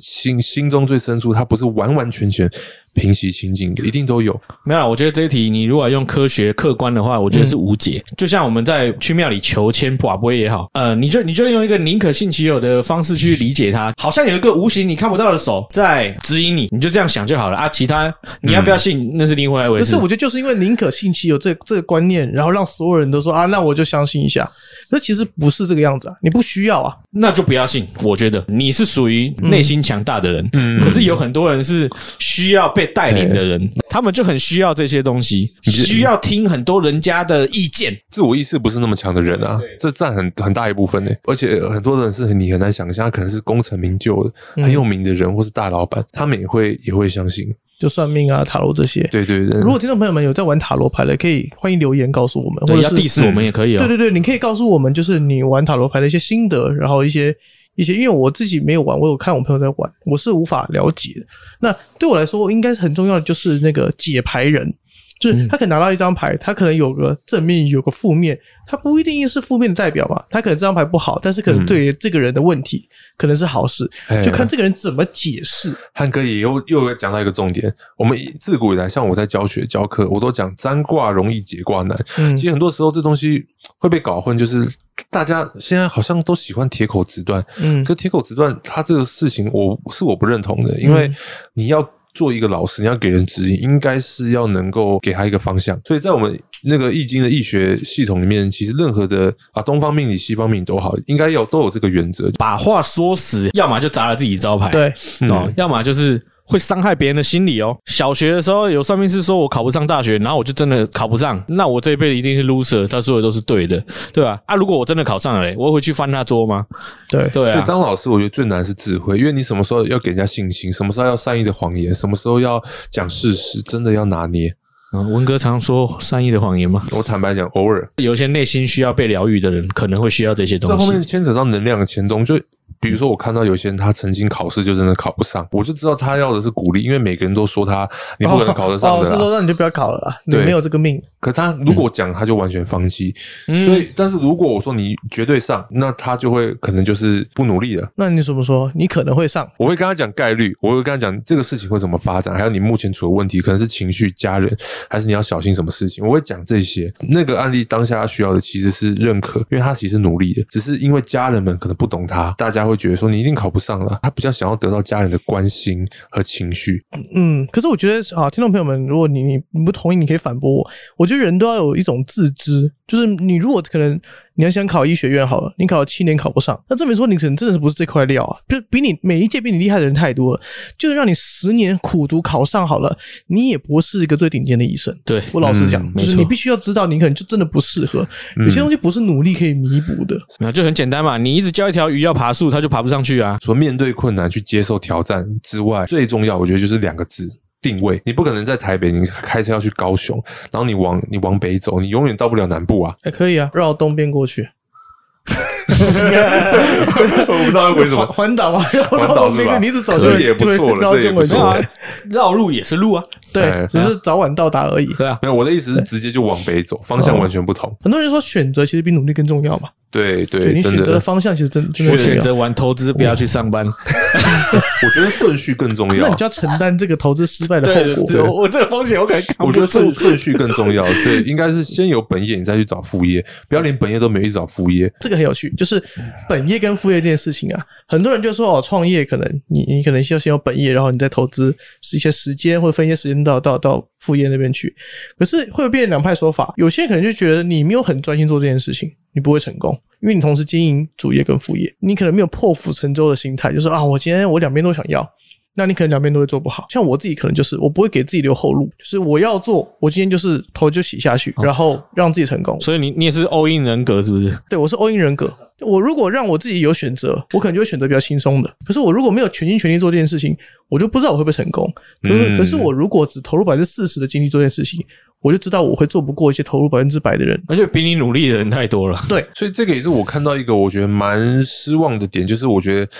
[SPEAKER 1] 心心中最深处它不是完完全全平息清净的，一定都有。
[SPEAKER 3] 没有啦，我觉得这一题你如果用科学客观的话，我觉得是无解。就像我们在去庙里求签卜卜也好，呃，你就你就用一个宁可信其有的方式去理解它，好像有一个无形你看不到的手在指引你，你就这样想就好了啊。其他你要不要信、那是另外一回
[SPEAKER 2] 嗯可
[SPEAKER 3] 事
[SPEAKER 2] 是我。觉得就是因为宁可信其有这这个观念，然后让所有人都说啊，那我就相信一下。可是其实不是这个样子啊，你不需要啊。
[SPEAKER 3] 那就不要信。我觉得你是属于内心强大的人，
[SPEAKER 1] 嗯
[SPEAKER 3] 可是有很多人是需要被带领的人，他们就很需要这些东西，需要听很多人家的意
[SPEAKER 2] 嗯
[SPEAKER 3] 见。
[SPEAKER 1] 自我意识不是那么强的人啊，这占很很大一部分呢、而且很多人是你很难想象，他可能是功成名就的、
[SPEAKER 2] 嗯
[SPEAKER 1] 很有名的人，或是大老板，他们也会也会相信。
[SPEAKER 2] 就算命啊、塔罗这些。
[SPEAKER 1] 对对对，
[SPEAKER 2] 如果听众朋友们有在玩塔罗牌的，可以欢迎留言告诉我们，或
[SPEAKER 3] 对，
[SPEAKER 2] 者
[SPEAKER 3] 要
[SPEAKER 2] 是
[SPEAKER 3] diss 我们也可以哦。
[SPEAKER 2] 对对对，你可以告诉我们，就是你玩塔罗牌的一些心得，然后一些一些，因为我自己没有玩，我有看我朋友在玩，
[SPEAKER 1] 嗯
[SPEAKER 2] 我是无法了解的。那对我来说，应该是很重要的，就是那个解牌人。就是他可能拿到一张牌，他可能有个正面，有个负面，他不一定是负面的代表嘛，他可能这张牌不好，但是可能
[SPEAKER 1] 嗯
[SPEAKER 2] 对于这个人的问题可能是好事，
[SPEAKER 1] 哎
[SPEAKER 2] 就看这个人怎么解释。
[SPEAKER 1] 汉哥也又又讲到一个重点，我们以自古以来，像我在教学教课，我都讲占卦容易解卦难。
[SPEAKER 2] 嗯
[SPEAKER 1] 其实很多时候这东西会被搞混，就是大家现在好像都喜欢铁口直断，
[SPEAKER 2] 嗯
[SPEAKER 1] 可铁口直断，他这个事情我是我不认同的，因为
[SPEAKER 2] 嗯
[SPEAKER 1] 你要做一个老师，你要给人指引，应该是要能够给他一个方向。所以在我们那个易经的易学系统里面，其实任何的啊东方命理、西方命理都好，应该有都有这个原则。
[SPEAKER 3] 把话说死，要么就砸了自己招牌，
[SPEAKER 2] 对，嗯
[SPEAKER 3] 哦，要么就是会伤害别人的心理哦。小学的时候有算命师说我考不上大学，然后我就真的考不上，那我这一辈子一定是 loser，他说的都是对的，对吧、啊？如果我真的考上了、欸，我会回去翻他桌吗？
[SPEAKER 2] 对，
[SPEAKER 3] 对
[SPEAKER 1] 所
[SPEAKER 3] 啊
[SPEAKER 1] 以，当老师，我觉得最难是智慧，因为你什么时候要给人家信心，什么时候要善意的谎言，什么时候要讲事实，真的要拿捏。
[SPEAKER 3] 嗯，文哥常说善意的谎言嘛，
[SPEAKER 1] 我坦白讲，偶尔
[SPEAKER 3] 有一些内心需要被疗愈的人，可能会需要这些
[SPEAKER 1] 这
[SPEAKER 3] 东
[SPEAKER 1] 后面
[SPEAKER 3] 西。
[SPEAKER 1] 牵扯到能量的牵动，就比如说我看到有些人他曾经考试就真的考不上，我就知道他要的是鼓励，因为每个人都说他你不可能考得上的
[SPEAKER 2] 哦，是
[SPEAKER 1] 啦。
[SPEAKER 2] 说让你就不要考了啦，你
[SPEAKER 1] 对
[SPEAKER 2] 没有这个命。
[SPEAKER 1] 可他如果讲，他就完全放弃。
[SPEAKER 3] 嗯
[SPEAKER 1] 所以，但是如果我说你绝对上，那他就会可能就是不努力了。
[SPEAKER 2] 那你怎么说？你可能会上，
[SPEAKER 1] 我会跟他讲概率，我会跟他讲这个事情会怎么发展，还有你目前处的问题可能是情绪、家人，还是你要小心什么事情，我会讲这些。那个案例当下他需要的其实是认可，因为他其实努力的，只是因为家人们可能不懂他，大家会觉得说你一定考不上了。他比较想要得到家人的关心和情绪，
[SPEAKER 2] 嗯，可是我觉得啊，听众朋友们，如果你你你不同意，你可以反驳我。我觉得人都要有一种自知，就是你如果可能你要想考医学院好了，你考了七年考不上，那证明说你可能真的是不是这块料啊，就比你每一届比你厉害的人太多了。就是让你十年苦读考上好了，你也不是一个最顶尖的医生。
[SPEAKER 3] 对，
[SPEAKER 2] 我老实讲，
[SPEAKER 3] 嗯
[SPEAKER 2] 就
[SPEAKER 3] 没
[SPEAKER 2] 是你
[SPEAKER 3] 错，
[SPEAKER 2] 必须要知道，你可能就真的不适合，
[SPEAKER 1] 嗯
[SPEAKER 2] 有些东西不是努力可以弥补的。
[SPEAKER 3] 那就很简单嘛，你一直教一条鱼要爬树，它就爬不上去啊。
[SPEAKER 1] 除了面对困难去接受挑战之外，最重要我觉得就是两个字。定位，你不可能在台北，你开车要去高雄，然后你往你往北走，你永远到不了南部啊！
[SPEAKER 2] 还可以啊，绕东边过 去，
[SPEAKER 1] 我不知道为什么
[SPEAKER 2] 环环岛啊，绕
[SPEAKER 1] 环
[SPEAKER 2] 绕
[SPEAKER 1] 岛
[SPEAKER 2] 东
[SPEAKER 1] 是
[SPEAKER 2] 边过
[SPEAKER 1] 吧
[SPEAKER 2] 去，你一直走
[SPEAKER 1] 可
[SPEAKER 2] 就
[SPEAKER 1] 以也不
[SPEAKER 2] 就会
[SPEAKER 1] 错了
[SPEAKER 2] 绕
[SPEAKER 1] 这也
[SPEAKER 2] 中
[SPEAKER 1] 不
[SPEAKER 2] 文去
[SPEAKER 1] 错
[SPEAKER 2] 啊
[SPEAKER 1] 对。
[SPEAKER 3] 绕路也是路啊，
[SPEAKER 1] 哎
[SPEAKER 2] 对，只是早晚到达而已。
[SPEAKER 3] 对啊，
[SPEAKER 1] 没有，我的意思是直接就往北走，方
[SPEAKER 2] 哦
[SPEAKER 1] 向完全不同。
[SPEAKER 2] 很多人说选择其实比努力更重要嘛，
[SPEAKER 1] 对
[SPEAKER 2] 对
[SPEAKER 1] 对，
[SPEAKER 2] 你
[SPEAKER 1] 真
[SPEAKER 2] 选择的
[SPEAKER 1] 的，
[SPEAKER 2] 方向其实真真的
[SPEAKER 3] 我
[SPEAKER 2] 很重
[SPEAKER 3] 选
[SPEAKER 2] 要。
[SPEAKER 3] 择玩投资，不要去上班。
[SPEAKER 1] 我觉得顺序更重
[SPEAKER 2] 那
[SPEAKER 1] 要
[SPEAKER 2] 你。就要承担这个投资失败的后果。
[SPEAKER 3] 我我这个风险我可能扛
[SPEAKER 1] 我
[SPEAKER 3] 不
[SPEAKER 1] 觉得
[SPEAKER 3] 住
[SPEAKER 2] 啊
[SPEAKER 1] 顺。顺序更重要，对，应该是先有本业，你再去找副业，不要连本业都没有去找副业。
[SPEAKER 2] 这个很有趣，就是本业跟副业这件事情啊，很多人就说哦，创业可能你你可能要先有本业，然后你再投资一些时间或者分一些时间到到到副业那边去。可是会变两派说法，有些人可能就觉得你没有很专心做这件事情，你不会成功，因为你同时经营主业跟副业，你可能没有破釜沉舟的心态，就是啊，我今天我两边都想要。那你可能两边都会做不好，像我自己可能就是我不会给自己留后路，就是我要做，我今天就是头就洗下去，然后让自己成功。
[SPEAKER 3] 哦所以你你也是 all in 人格是不是？
[SPEAKER 2] 对我是欧因人格。我如果让我自己有选择，我可能就会选择比较轻松的。可是我如果没有全心全力做这件事情，我就不知道我会不会成功。可是，
[SPEAKER 1] 嗯
[SPEAKER 2] 可是我如果只投入百分之四十的精力做这件事情，我就知道我会做不过一些投入百分之百的人。
[SPEAKER 3] 而且比你努力的人太多了。
[SPEAKER 1] 所以这个也是我看到一个我觉得蛮失望的点，就是我觉得。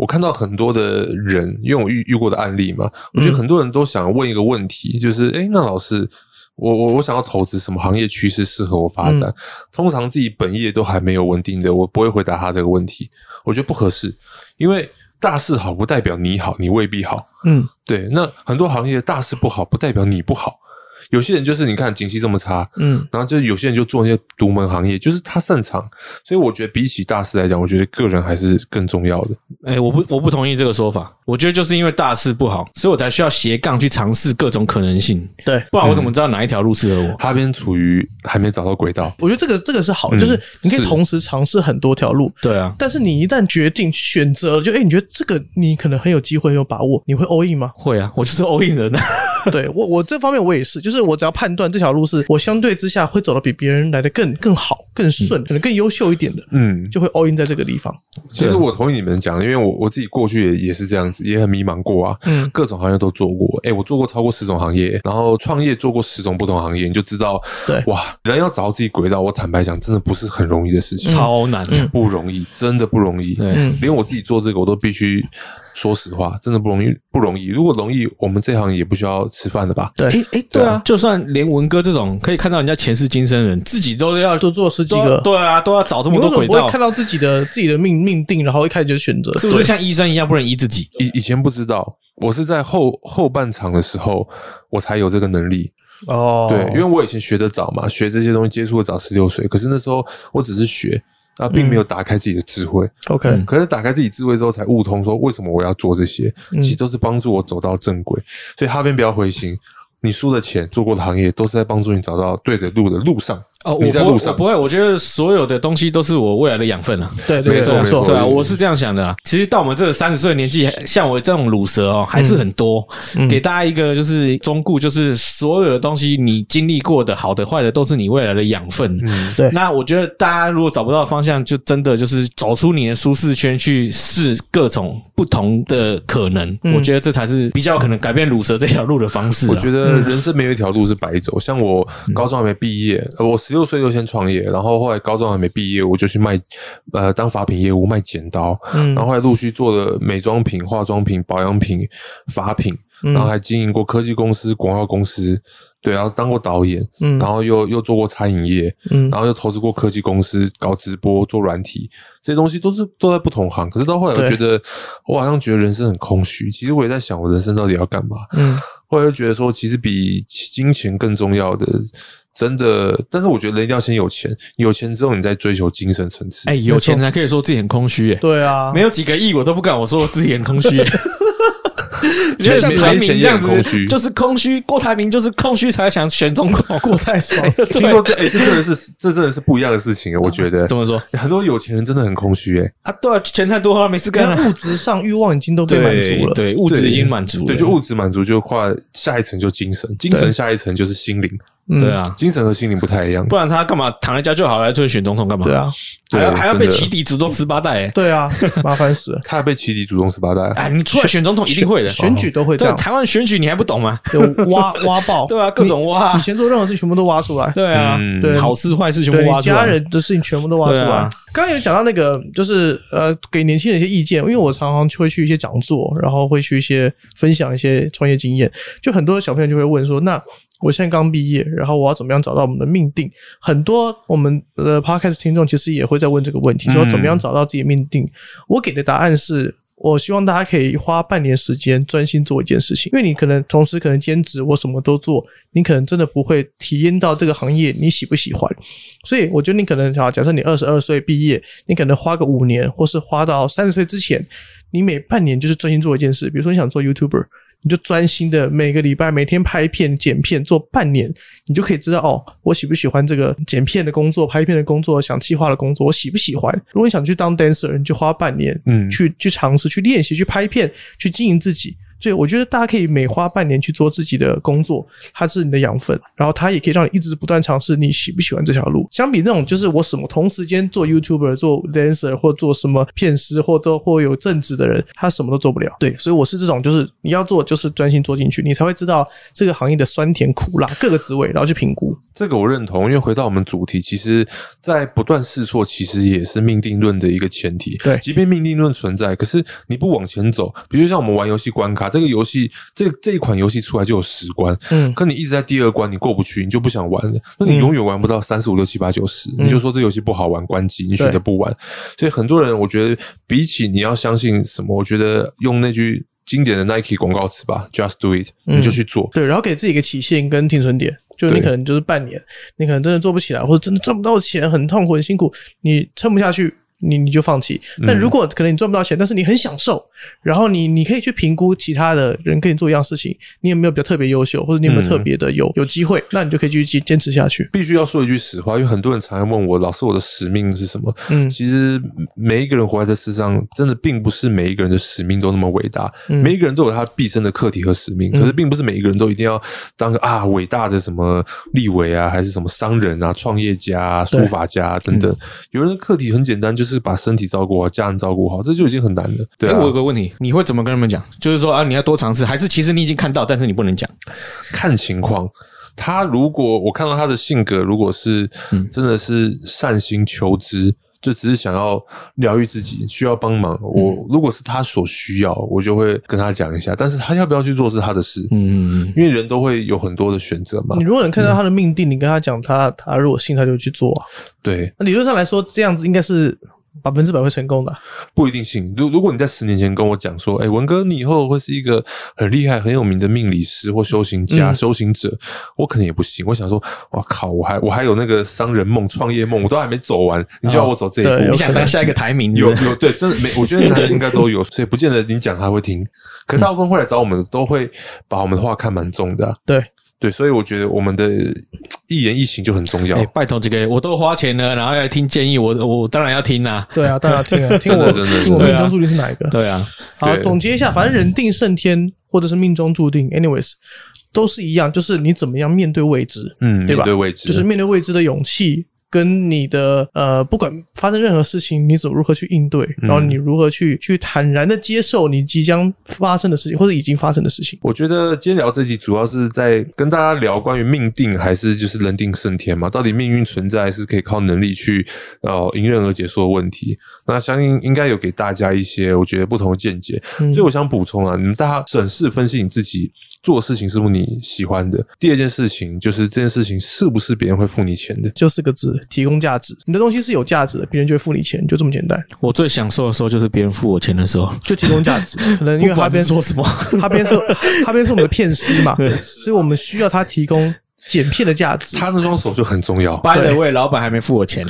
[SPEAKER 1] 我看到很多的人，因为我遇遇过的案例嘛，我觉得很多人都想问一个问题，就是，诶，那老师，我我我想要投资什么行业趋势适合我发展？通常自己本业都还没有稳定的，我不会回答他这个问题，我觉得不合适，因为大势好不代表你好，你未必好。
[SPEAKER 2] 嗯，
[SPEAKER 1] 对，那很多行业大势不好，不代表你不好。有些人就是你看景气这么差，
[SPEAKER 2] 嗯，
[SPEAKER 1] 然后就有些人就做那些独门行业，就是他擅长，所以我觉得比起大师来讲，我觉得个人还是更重要的。
[SPEAKER 3] 哎、我不我不同意这个说法。我觉得就是因为大势不好，所以我才需要斜杠去尝试各种可能性。
[SPEAKER 2] 对，
[SPEAKER 3] 不然我怎么知道哪一条路适合我？
[SPEAKER 1] 哈边处于还没找到轨道，
[SPEAKER 2] 我觉得这个这个是好，
[SPEAKER 1] 嗯
[SPEAKER 2] 就是你可以
[SPEAKER 1] 是
[SPEAKER 2] 同时尝试很多条路。
[SPEAKER 3] 对啊，
[SPEAKER 2] 但是你一旦决定选择了，就哎、诶你觉得这个你可能很有机会、很有把握，你会 all in 吗？
[SPEAKER 3] 会啊，我就是 all in 人啊。
[SPEAKER 2] 对我，我这方面我也是，就是我只要判断这条路是我相对之下会走的比别人来的更更好、
[SPEAKER 3] 嗯
[SPEAKER 2] 更顺，可能更优秀一点的，
[SPEAKER 1] 嗯，
[SPEAKER 2] 就会 all in 在这个地方。
[SPEAKER 1] 其实我同意你们讲的，因为我我自己过去也也是这样子，也很迷茫过啊，
[SPEAKER 2] 嗯
[SPEAKER 1] 各种行业都做过，哎，我做过超过十种行业，然后创业做过十种不同行业，你就知道，
[SPEAKER 2] 对
[SPEAKER 1] 哇，人要找到自己轨道，我坦白讲，真的不是很
[SPEAKER 3] 嗯
[SPEAKER 1] 容易的事情，
[SPEAKER 3] 超难。
[SPEAKER 1] 不容易，真的不容易。
[SPEAKER 3] 对
[SPEAKER 2] 嗯
[SPEAKER 1] 连我自己做这个，我都必须说实话，真的不容易，不容易。如果容易，我们这行也不需要吃饭的吧？
[SPEAKER 2] 对
[SPEAKER 3] 哎哎，对啊，就算连文哥这种可以看到人家前世今生的人，自己都要
[SPEAKER 2] 都做十几
[SPEAKER 3] 都要
[SPEAKER 2] 个，
[SPEAKER 3] 对啊，都要找这
[SPEAKER 2] 你
[SPEAKER 3] 么
[SPEAKER 2] 为
[SPEAKER 3] 多
[SPEAKER 2] 什么
[SPEAKER 3] 轨
[SPEAKER 2] 不会
[SPEAKER 3] 道，
[SPEAKER 2] 看到自己的自己的命命定，然后一开始就选择？
[SPEAKER 3] 是不
[SPEAKER 2] 对
[SPEAKER 3] 是像医生一样不能医自己？
[SPEAKER 1] 以以前不知道，我是在后后半场的时候，我才有这个能力。
[SPEAKER 2] 哦，
[SPEAKER 1] 对，因为我以前学的早嘛，学这些东西接触的早，十六岁。可是那时候我只是学，啊，并没
[SPEAKER 2] 嗯
[SPEAKER 1] 有打开自己的智慧。
[SPEAKER 2] OK，
[SPEAKER 3] 嗯
[SPEAKER 1] 可是打开自己智慧之后，才悟通说为什么我要做这些，
[SPEAKER 2] 嗯
[SPEAKER 1] 其实都是帮助我走到正轨。所以哈边不要灰心，你输的钱、做过的行业，都是在帮助你找到对的路的路上。
[SPEAKER 3] 哦，我
[SPEAKER 1] 你在
[SPEAKER 3] 不
[SPEAKER 1] 路
[SPEAKER 3] 我
[SPEAKER 1] 上
[SPEAKER 3] 不会，我觉得所有的东西都是我未来的养分啊。
[SPEAKER 2] 对对
[SPEAKER 1] 没
[SPEAKER 2] 对
[SPEAKER 1] 错
[SPEAKER 3] 对啊
[SPEAKER 1] 没错
[SPEAKER 3] 对啊，
[SPEAKER 1] 对
[SPEAKER 3] 我是这样想的啊。其实到我们这三十岁的年纪，像我这种乳蛇哦，还是很多。
[SPEAKER 2] 嗯
[SPEAKER 3] 给大家一个就是忠固，就是所有的东西你经历过的好的坏的，都是你未来的养分。
[SPEAKER 1] 嗯，
[SPEAKER 2] 对
[SPEAKER 3] 那我觉得大家如果找不到方向，就真的就是走出你的舒适圈，去试各种不同的可能。
[SPEAKER 2] 嗯
[SPEAKER 3] 我觉得这才是比较可能改变乳蛇这条路的方式、啊。
[SPEAKER 1] 我觉得人生没有一条路是白
[SPEAKER 2] 嗯
[SPEAKER 1] 走。像我高中还没毕业，呃我十六岁就先创业，然后后来高中还没毕业，我就去卖，呃，当法品业务卖剪刀，
[SPEAKER 2] 嗯，
[SPEAKER 1] 然后后来陆续做了美妆品、化妆品、保养品、法品，
[SPEAKER 2] 嗯
[SPEAKER 1] 然后还经营过科技公司、广告公司，对，然后当过导演，
[SPEAKER 2] 嗯，
[SPEAKER 1] 然后又又做过餐饮业，
[SPEAKER 2] 嗯
[SPEAKER 1] 然后又投资过科技公司，搞直播、做软体，这些东西都是都在不同行。可是到后来，我
[SPEAKER 2] 对
[SPEAKER 1] 觉得我好像觉得人生很空虚。其实我也在想，我人生到底要干嘛？
[SPEAKER 2] 嗯
[SPEAKER 1] 后来就觉得说，其实比金钱更重要的，真的。但是我觉得人一定要先有钱，有钱之后你再追求精神层次。
[SPEAKER 3] 哎、有钱才可以说自己很空虚、欸，
[SPEAKER 2] 对啊，
[SPEAKER 3] 没有几个亿，我都不敢我说我自己很空虚、欸。你 就像
[SPEAKER 1] 确实
[SPEAKER 3] 台民这样子
[SPEAKER 1] 没钱也很空虚，
[SPEAKER 3] 就是空虚。郭台铭就是空虚才想选总统，
[SPEAKER 2] 过太爽，
[SPEAKER 1] 听说这哎、这真的是这真的是不一样的事情，啊我觉得
[SPEAKER 3] 怎么说
[SPEAKER 1] 很多有钱人真的很空虚哎、
[SPEAKER 3] 啊？对啊，钱太多了，没事干
[SPEAKER 2] 因
[SPEAKER 3] 了。
[SPEAKER 2] 为物质上欲望已经都被
[SPEAKER 3] 对
[SPEAKER 2] 满足了，
[SPEAKER 3] 对物质已经满足了，
[SPEAKER 1] 对，就物质满足就跨下一层就精神，精神下一层就是心灵，
[SPEAKER 2] 嗯
[SPEAKER 3] 对，啊，
[SPEAKER 1] 精神和心灵不太一样
[SPEAKER 3] 不。然他干嘛躺在家就好了，就选总统干嘛？
[SPEAKER 2] 对，啊，
[SPEAKER 3] 还要
[SPEAKER 1] 对
[SPEAKER 3] 还要被
[SPEAKER 1] 真的
[SPEAKER 3] 起底祖宗十八代、 欸，
[SPEAKER 2] 对啊，麻烦死了，
[SPEAKER 1] 他还被起底祖宗十八代啊，
[SPEAKER 3] 哎，你出来选总统一定会的，
[SPEAKER 2] 选举都会这
[SPEAKER 3] 对
[SPEAKER 2] 样，哦
[SPEAKER 3] 台湾选举你还不懂吗？
[SPEAKER 2] 就挖挖爆，
[SPEAKER 3] 对啊，各种挖
[SPEAKER 2] 以
[SPEAKER 3] 啊，
[SPEAKER 2] 前做任何事全部都挖出来，
[SPEAKER 3] 对啊，
[SPEAKER 1] 嗯
[SPEAKER 2] 对
[SPEAKER 3] 好事坏事全
[SPEAKER 2] 对
[SPEAKER 3] 部
[SPEAKER 2] 你
[SPEAKER 3] 挖出来。
[SPEAKER 2] 家人的事情全部都挖出来。
[SPEAKER 3] 对啊
[SPEAKER 2] 刚刚有讲到那个，就是呃，给年轻人一些意见，因为我常常会去一些讲座，然后会去一些分享一些创业经验，就很多小朋友就会问说，那。我现在刚毕业，然后我要怎么样找到我们的命定？很多我们的 podcast 听众其实也会在问这个问
[SPEAKER 3] 嗯
[SPEAKER 2] 题，说怎么样找到自己的命定？我给的答案是，我希望大家可以花半年时间专心做一件事情，因为你可能同时可能兼职，我什么都做，你可能真的不会体验到这个行业你喜不喜欢。所以我觉得你可能啊，假设你二十二岁毕业，你可能花个五年，或是花到三十岁之前，你每半年就是专心做一件事，比如说你想做 YouTuber。你就专心的每个礼拜每天拍片剪片做半年，你就可以知道哦，我喜不喜欢这个剪片的工作、拍片的工作、想企划的工作，我喜不喜欢？如果你想去当 dancer，你就花半年，
[SPEAKER 1] 嗯
[SPEAKER 2] 去去尝试、去练习、去拍片、去经营自己。所以我觉得大家可以每花半年去做自己的工作，它是你的养分，然后它也可以让你一直不断尝试你喜不喜欢这条路。相比那种就是我什么同时间做 YouTuber、做 dancer 或做什么片师或做或有正职的人，他什么都做不了。对，所以我是这种，就是你要做就是专心做进去，你才会知道这个行业的酸甜苦辣各个滋味，然后去评估。
[SPEAKER 1] 这个我认同，因为回到我们主题，其实，在不断试错，其实也是命定论的一个前提。
[SPEAKER 2] 对
[SPEAKER 1] 即便命定论存在，可是你不往前走，比如像我们玩游戏关卡，这个游戏这这一款游戏出来就有十关，
[SPEAKER 2] 嗯
[SPEAKER 1] 可你一直在第二关，你过不去，你就不想玩了，那你
[SPEAKER 2] 嗯
[SPEAKER 1] 永远玩不到三四五六七八九十，
[SPEAKER 2] 嗯
[SPEAKER 1] 你就说这游戏不好玩，关机，你选择不玩。所以很多人，我觉得比起你要相信什么，我觉得用那句经典的 Nike 广告词吧，Just do it，
[SPEAKER 2] 嗯
[SPEAKER 1] 你就去做。
[SPEAKER 2] 对，然后给自己一个期限跟停损点，就是你
[SPEAKER 1] 对
[SPEAKER 2] 可能就是半年，你可能真的做不起来，或者真的赚不到钱，很痛苦很辛苦，你撑不下去，你你就放弃。但
[SPEAKER 1] 嗯
[SPEAKER 2] 如果可能你赚不到钱，但是你很享受，然后你你可以去评估其他的人跟你做一样事情，你有没有比较特别优秀，或者你有没有
[SPEAKER 1] 嗯
[SPEAKER 2] 特别的有、有机会，那你就可以继续坚坚持下去。
[SPEAKER 1] 必须要说一句实话，因为很多人常常问我，老师，我的使命是什么？
[SPEAKER 2] 嗯
[SPEAKER 1] 其实每一个人活在这世上，真的并不是每一个人的使命都那么伟大，
[SPEAKER 2] 嗯
[SPEAKER 1] 每一个人都有他毕生的课题和使命。
[SPEAKER 2] 嗯
[SPEAKER 1] 可是，并不是每一个人都一定要当个啊伟大的什么立委啊，还是什么商人啊、创业家、啊、
[SPEAKER 2] 对
[SPEAKER 1] 书法家、啊、等等。有人的课题很简单，就是把身体照顾好、家人照顾好，这就已经很难了。对
[SPEAKER 3] 哎，
[SPEAKER 1] 啊，
[SPEAKER 3] 我有个问题，你会怎么跟他们讲？就是说啊，你要多尝试，还是其实你已经看到，但是你不能讲？
[SPEAKER 1] 看情况。
[SPEAKER 2] 嗯
[SPEAKER 1] 他如果我看到他的性格，如果是真的是善心求知，就只是想要疗愈自己，需要帮忙。
[SPEAKER 2] 嗯
[SPEAKER 1] 我如果是他所需要，我就会跟他讲一下。但是他要不要去做是他的事，
[SPEAKER 3] 嗯嗯嗯
[SPEAKER 1] 因为人都会有很多的选择嘛
[SPEAKER 2] 你。如果能看
[SPEAKER 1] 嗯
[SPEAKER 2] 到他的命定，你跟他讲他他如果信，他就去做啊。
[SPEAKER 1] 对，
[SPEAKER 2] 那理论上来说，这样子应该是百分之百会成功的啊。
[SPEAKER 1] 不一定信。如如果你在十年前跟我讲说，哎、文哥，你以后会是一个很厉害、很有名的命理师或修行家、
[SPEAKER 2] 嗯
[SPEAKER 1] 修行者，我可能也不信。我想说，哇靠，我还我还有那个商人梦、创业梦，我都还没走完，你就要我走这一步？
[SPEAKER 2] 哦对
[SPEAKER 3] 你
[SPEAKER 2] 有
[SPEAKER 3] 想当下一个台名
[SPEAKER 1] 有
[SPEAKER 3] 对不对
[SPEAKER 1] 有对，真的没，我觉得男人应该都有，所以不见得你讲他会听。可是大部分会来找我们，都会把我们的话看蛮重的啊、
[SPEAKER 2] 对，
[SPEAKER 1] 对，所以我觉得我们的一言一行就很重要。
[SPEAKER 3] 哎、拜托这个，我都花钱了，然后要听建议，我我当然要听啦、
[SPEAKER 2] 对啊，当然要 听啊，听我
[SPEAKER 1] 真的真的
[SPEAKER 2] 听我
[SPEAKER 3] 真
[SPEAKER 2] 命
[SPEAKER 3] 的
[SPEAKER 2] 中注定是哪一个。
[SPEAKER 3] 对啊，
[SPEAKER 2] 好，
[SPEAKER 1] 对
[SPEAKER 2] 总结一下，反正人定胜天或者是命中注定，anyways，都是一样，就是你怎么样面对未知，
[SPEAKER 1] 嗯，
[SPEAKER 2] 对吧
[SPEAKER 1] 面对位置
[SPEAKER 2] 就是面对未知的勇气。跟你的呃，不管发生任何事情，你怎么如何去应对，
[SPEAKER 3] 嗯
[SPEAKER 2] 然后你如何去去坦然的接受你即将发生的事情，或者已经发生的事情。
[SPEAKER 1] 我觉得今天聊这集主要是在跟大家聊关于命定还是就是人定胜天嘛？到底命运存在是可以靠能力去呃迎刃而解所有问题？那相信应该有给大家一些我觉得不同的见解。
[SPEAKER 2] 嗯
[SPEAKER 1] 所以我想补充啊，你们大家审视分析你自己做的事情是不是你喜欢的？第二件事情就是这件事情是不是别人会付你钱的？
[SPEAKER 2] 就四个字：提供价值。你的东西是有价值的，别人就会付你钱，就这么简单。
[SPEAKER 3] 我最享受的时候就是别人付我钱的时候，
[SPEAKER 2] 就提供价值， 可能因为哈
[SPEAKER 3] 不管
[SPEAKER 2] 边
[SPEAKER 3] 是做什么，
[SPEAKER 2] 哈边是哈边是我们的骗师嘛，所以我们需要他提供剪片的价值。
[SPEAKER 1] 他那双手就很重要。
[SPEAKER 3] by the way，老板还没付我钱。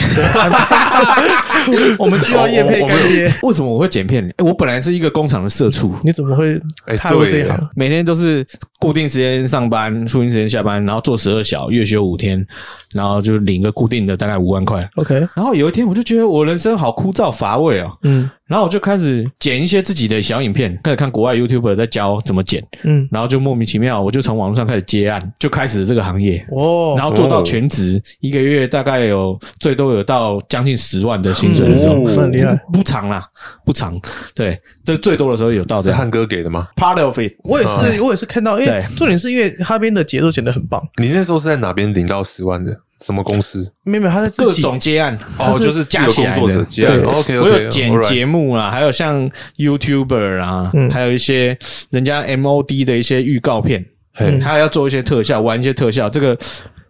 [SPEAKER 2] 我们需要叶配
[SPEAKER 1] 哎
[SPEAKER 2] 干爹。
[SPEAKER 3] 为什么我会剪片？哎，我本来是一个工厂的社畜，
[SPEAKER 2] 你怎么会
[SPEAKER 1] 哎
[SPEAKER 2] 踏入
[SPEAKER 1] 对
[SPEAKER 2] 这一
[SPEAKER 1] 耶
[SPEAKER 2] 行？
[SPEAKER 3] 每天都是固定时间上班，固定时间下班，然后做十二小，月休五天，然后就领个固定的大概五万块。
[SPEAKER 2] OK，
[SPEAKER 3] 然后有一天我就觉得我人生好枯燥乏味哦，
[SPEAKER 2] 嗯
[SPEAKER 3] 然后我就开始剪一些自己的小影片，开始看国外 YouTuber 在教怎么剪，
[SPEAKER 2] 嗯，
[SPEAKER 3] 然后就莫名其妙我就从网络上开始接案，就开始了这个行业。
[SPEAKER 2] 哦
[SPEAKER 3] 然，后做到全职，一个月大概有最多有到将近十万的薪水的时候，
[SPEAKER 1] 哦
[SPEAKER 2] 很厉害
[SPEAKER 3] 不长啦，不长。对，这最多的时候有到这
[SPEAKER 1] 是
[SPEAKER 3] 样。
[SPEAKER 1] 汉哥给的吗？
[SPEAKER 3] Part of it，
[SPEAKER 2] 我也
[SPEAKER 1] 啊
[SPEAKER 2] 是，我也是看到，因为
[SPEAKER 3] 对
[SPEAKER 2] 重点是因为哈边的节奏剪得很棒，
[SPEAKER 1] 你那时候是在哪边领到十万的？什么公司？
[SPEAKER 2] 没有没有他在
[SPEAKER 3] 各
[SPEAKER 2] 自己
[SPEAKER 3] 种接案，
[SPEAKER 1] 哦，就是自
[SPEAKER 3] 加
[SPEAKER 1] 由
[SPEAKER 3] 起来
[SPEAKER 1] 工作者。
[SPEAKER 3] 的
[SPEAKER 1] 接案。
[SPEAKER 2] 对
[SPEAKER 1] OK，
[SPEAKER 3] 我有剪节目啦，还有像 YouTuber 啊，
[SPEAKER 2] 嗯
[SPEAKER 3] 还有一些人家 MOD 的一些预告片，
[SPEAKER 1] 嘿，
[SPEAKER 3] 还有要做一些特效，玩一些特效。这个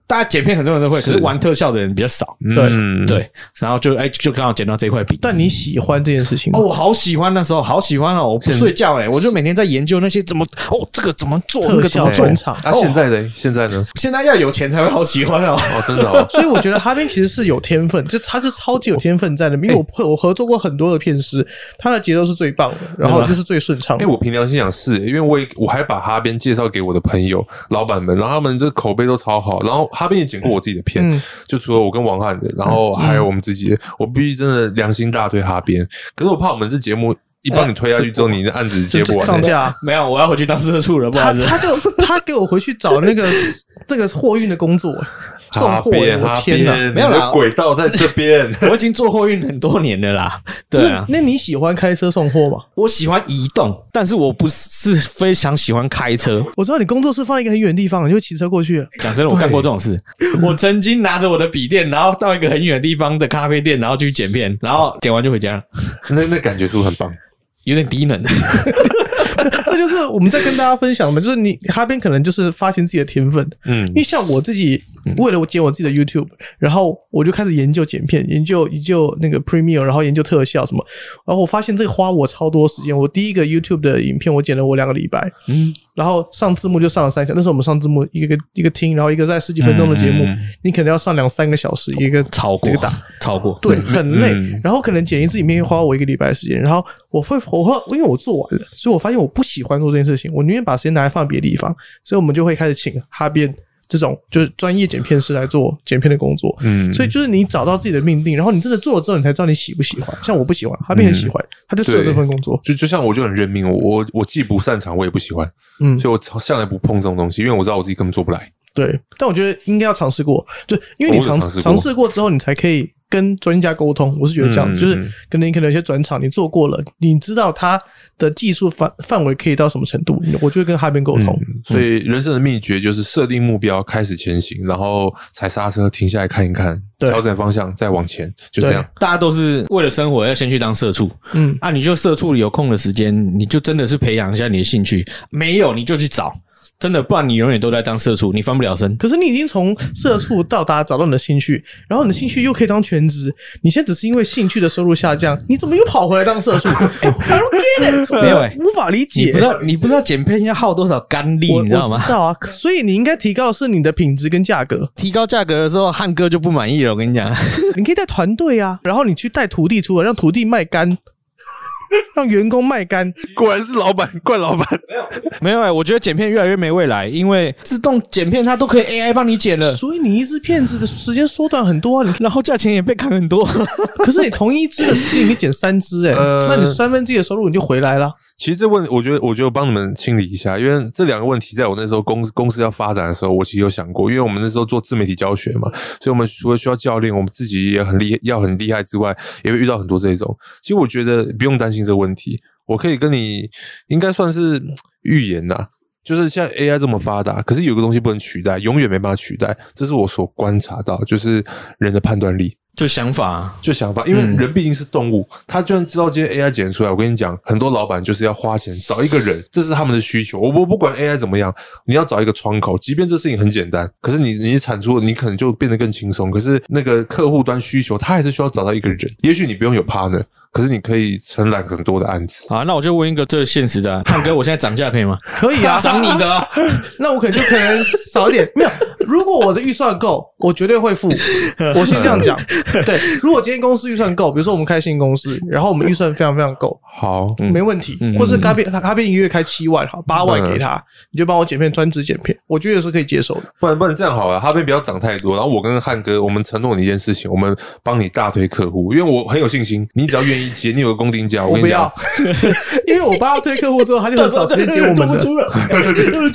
[SPEAKER 3] 大家剪片很多人都会，可是
[SPEAKER 1] 是
[SPEAKER 3] 玩特效的人比较少。
[SPEAKER 1] 嗯，
[SPEAKER 3] 对，然后就哎，就刚好剪到这块饼。
[SPEAKER 2] 但你喜欢这件事情
[SPEAKER 1] 嗯
[SPEAKER 2] 吗
[SPEAKER 3] 哦，我好喜欢那时候，好喜欢哦！我不睡觉哎、我就每天在研究那些怎么哦，这个怎么做，那
[SPEAKER 2] 特
[SPEAKER 3] 个怎
[SPEAKER 2] 效
[SPEAKER 3] 么做。
[SPEAKER 2] 转场。。
[SPEAKER 1] 哦那现在呢？现在呢？
[SPEAKER 3] 现在要有钱才会好喜欢哦。
[SPEAKER 1] 哦，真的哦
[SPEAKER 2] 所以我觉得哈边其实是有天分，就他是超级有天分在的，因
[SPEAKER 1] 哎
[SPEAKER 2] 为我会我合作过很多的片师，他的节奏是最棒的，然后就是最顺畅的
[SPEAKER 1] 哎，。我凭良心讲是，因为我也我还把哈边介绍给我的朋友、老板们，然后他们这口碑都超好。然后哈边也剪过我自己的片，
[SPEAKER 2] 嗯
[SPEAKER 1] 就除了我跟王翰的，然后还有我们自己的，我必须真的良心大推哈边。可是我怕我们这节目一帮你推下去之后，你的案子接
[SPEAKER 2] 就
[SPEAKER 1] 不
[SPEAKER 2] 呃就
[SPEAKER 1] 完、
[SPEAKER 2] 涨
[SPEAKER 1] 欸。
[SPEAKER 2] 价，
[SPEAKER 3] 没有，我要回去当社畜了，不好
[SPEAKER 2] 他
[SPEAKER 3] 意思。
[SPEAKER 2] 他就他给我回去找那个 那个货运的工作，送
[SPEAKER 1] 哈
[SPEAKER 2] 货的，
[SPEAKER 1] 边，哈
[SPEAKER 2] 我天哪！
[SPEAKER 1] 边，
[SPEAKER 3] 没有啦
[SPEAKER 1] 你的轨道在这边。
[SPEAKER 3] 我已经做货运很多年了啦。对
[SPEAKER 2] 那
[SPEAKER 3] 啊，
[SPEAKER 2] 那你喜欢开车送货吗？
[SPEAKER 3] 我喜欢移动，但是我不是是非常喜欢开车。
[SPEAKER 2] 我知道你工作室放在一个很远的地方，你就骑车过去了。
[SPEAKER 3] 讲真的，我干过这种事。 我曾经拿着我的笔电，然后到一个很远的地方的咖啡店，然后去剪片，然后剪完就回家，
[SPEAKER 1] 那那感觉是不是很棒？
[SPEAKER 3] 有点低 能。
[SPEAKER 2] 这就是我们在跟大家分享的嘛，就是你哈边可能就是发现自己的天分，
[SPEAKER 1] 嗯
[SPEAKER 2] 因为像我自己，为了我剪我自己的 YouTube，然后我就开始研究剪片，研究研究那个 Premiere，然后研究特效什么，然后我发现这个花我超多时间。我第一个 YouTube 的影片我剪了我两个礼拜，
[SPEAKER 3] 嗯，
[SPEAKER 2] 然后上字幕就上了三小，那时候我们上字幕一个个一个听，然后一个在十几分钟的节目，
[SPEAKER 1] 嗯嗯
[SPEAKER 2] 你可能要上两三个小时一个。
[SPEAKER 3] 超过
[SPEAKER 2] 这个打，
[SPEAKER 3] 超过。
[SPEAKER 2] 对，很累，
[SPEAKER 1] 嗯
[SPEAKER 2] 然后可能剪一次影片花我一个礼拜的时间，然后我会，我会，因为我做完了，所以我发现我不喜欢做这件事情，我宁愿把时间拿来放别的地方，所以我们就会开始请哈边这种就是专业剪片师来做剪片的工作，
[SPEAKER 1] 嗯，
[SPEAKER 2] 所以就是你找到自己的命定，然后你真的做了之后，你才知道你喜不喜欢。像我不喜欢，哈边很喜
[SPEAKER 1] 嗯
[SPEAKER 2] 欢，他就适合这份工作，
[SPEAKER 1] 就就像我就很认命，我我我既不擅长，我也不喜欢。
[SPEAKER 2] 嗯，
[SPEAKER 1] 所以我从向来不碰这种东西，因为我知道我自己根本做不来。
[SPEAKER 2] 对，但我觉得应该要尝试过，对，因为你
[SPEAKER 1] 哦我有尝
[SPEAKER 2] 尝
[SPEAKER 1] 试过
[SPEAKER 2] 尝试过之后，你才可以跟专家沟通，我是觉得这样，
[SPEAKER 1] 嗯
[SPEAKER 2] 子，就
[SPEAKER 1] 嗯
[SPEAKER 2] 是可能你可能有些转场你做过了，你知道它的技术范范围可以到什么程度，我就会跟哈边沟通。
[SPEAKER 1] 所以人生的秘诀就是设定目标，开始前行，然后踩刹车，停下来看一看，
[SPEAKER 2] 对
[SPEAKER 1] 调整方向，再往前，就
[SPEAKER 2] 对
[SPEAKER 1] 这样。
[SPEAKER 3] 大家都是为了生活要先去当社畜
[SPEAKER 2] 嗯，
[SPEAKER 3] 啊，你就社畜有空的时间，你就真的是培养一下你的兴趣，没有你就去找，真的，不然你永远都在当社畜，你翻不了身。
[SPEAKER 2] 可是你已经从社畜到达找到你的兴趣，然后你的兴趣又可以当全职，你现在只是因为兴趣的收入下降，你怎么又跑回来当 社畜哎？I don't get it，
[SPEAKER 3] 没有哎
[SPEAKER 2] 无法理
[SPEAKER 3] 你
[SPEAKER 2] 解
[SPEAKER 3] 不知。道你不知道剪片要耗多少干力，
[SPEAKER 2] 我我
[SPEAKER 3] 你
[SPEAKER 2] 知
[SPEAKER 3] 知道吗？
[SPEAKER 2] 道啊，可所以你应该提高的是你的品质跟价格。
[SPEAKER 3] 提高价格的时候，汉哥就不满意了。我跟你讲，
[SPEAKER 2] 你可以带团队啊，然后你去带徒弟出来，让徒弟卖干，让员工卖干。
[SPEAKER 1] 果然是老板，怪老板。
[SPEAKER 3] 没有哎、我觉得剪片越来越没未来，因为自动剪片它都可以 AI 帮你剪了，
[SPEAKER 2] 所以你一支片子的时间缩短很多啊，你
[SPEAKER 3] 然后价钱也被砍很多。
[SPEAKER 2] 可是你同一支的时间你可以减三支哎、
[SPEAKER 1] 呃
[SPEAKER 2] 那你三分之一的收入你就回来了。
[SPEAKER 1] 其实这问，我觉得，我觉得我帮你们清理一下，因为这两个问题，在我那时候公公司要发展的时候，我其实有想过，因为我们那时候做自媒体教学嘛，所以我们除了需要教练，我们自己也很厉，要很厉害之外，也会遇到很多这种。其实我觉得不用担心这个问题，我可以跟你应该算是嗯预言呐、就是像 AI 这么发达，可是有个东西不能取代，永远没办法取代，这是我所观察到，就是人的判断力。
[SPEAKER 3] 就想法，
[SPEAKER 1] 就想法，因为
[SPEAKER 3] 嗯
[SPEAKER 1] 人毕竟是动物，他居然知道今天 AI 剪出来，我跟你讲，很多老板就是要花钱找一个人，这是他们的需求。我我不管 AI 怎么样，你要找一个窗口，即便这事情很简单，可是你你产出你可能就变得更轻松。可是那个客户端需求，他还是需要找到一个人，也许你不用有 partner，可是你可以承揽很多的案子。
[SPEAKER 3] 好，那我就问一个最现实的啊、汉哥，我现在涨价 可以吗？
[SPEAKER 2] 可以啊，
[SPEAKER 3] 涨你的啊、
[SPEAKER 2] 那我可能就可能少一点。没有，如果我的预算够，我绝对会 付。我先这样讲，对。如果今天公司预算够，比如说我们开新公司，然后我们预算非常非常够，
[SPEAKER 1] 好，
[SPEAKER 3] 嗯
[SPEAKER 2] 没问题
[SPEAKER 3] 嗯。
[SPEAKER 2] 或是咖啡咖啡一个月开七万，好八万给他，你就帮我剪片，专职剪片，我觉得是可以接受的。
[SPEAKER 1] 不然不然这样好了，哈贝不要涨太多。然后我跟汉哥，我们承诺你一件事情，我们帮你大推客户，因为我很有信心，你只要愿意接，你有个公定价，我
[SPEAKER 2] 我
[SPEAKER 1] 跟
[SPEAKER 2] 不
[SPEAKER 1] 你讲
[SPEAKER 2] 要，，因为我爸要推客户之后，他就很少时间接我们的。
[SPEAKER 3] 了，做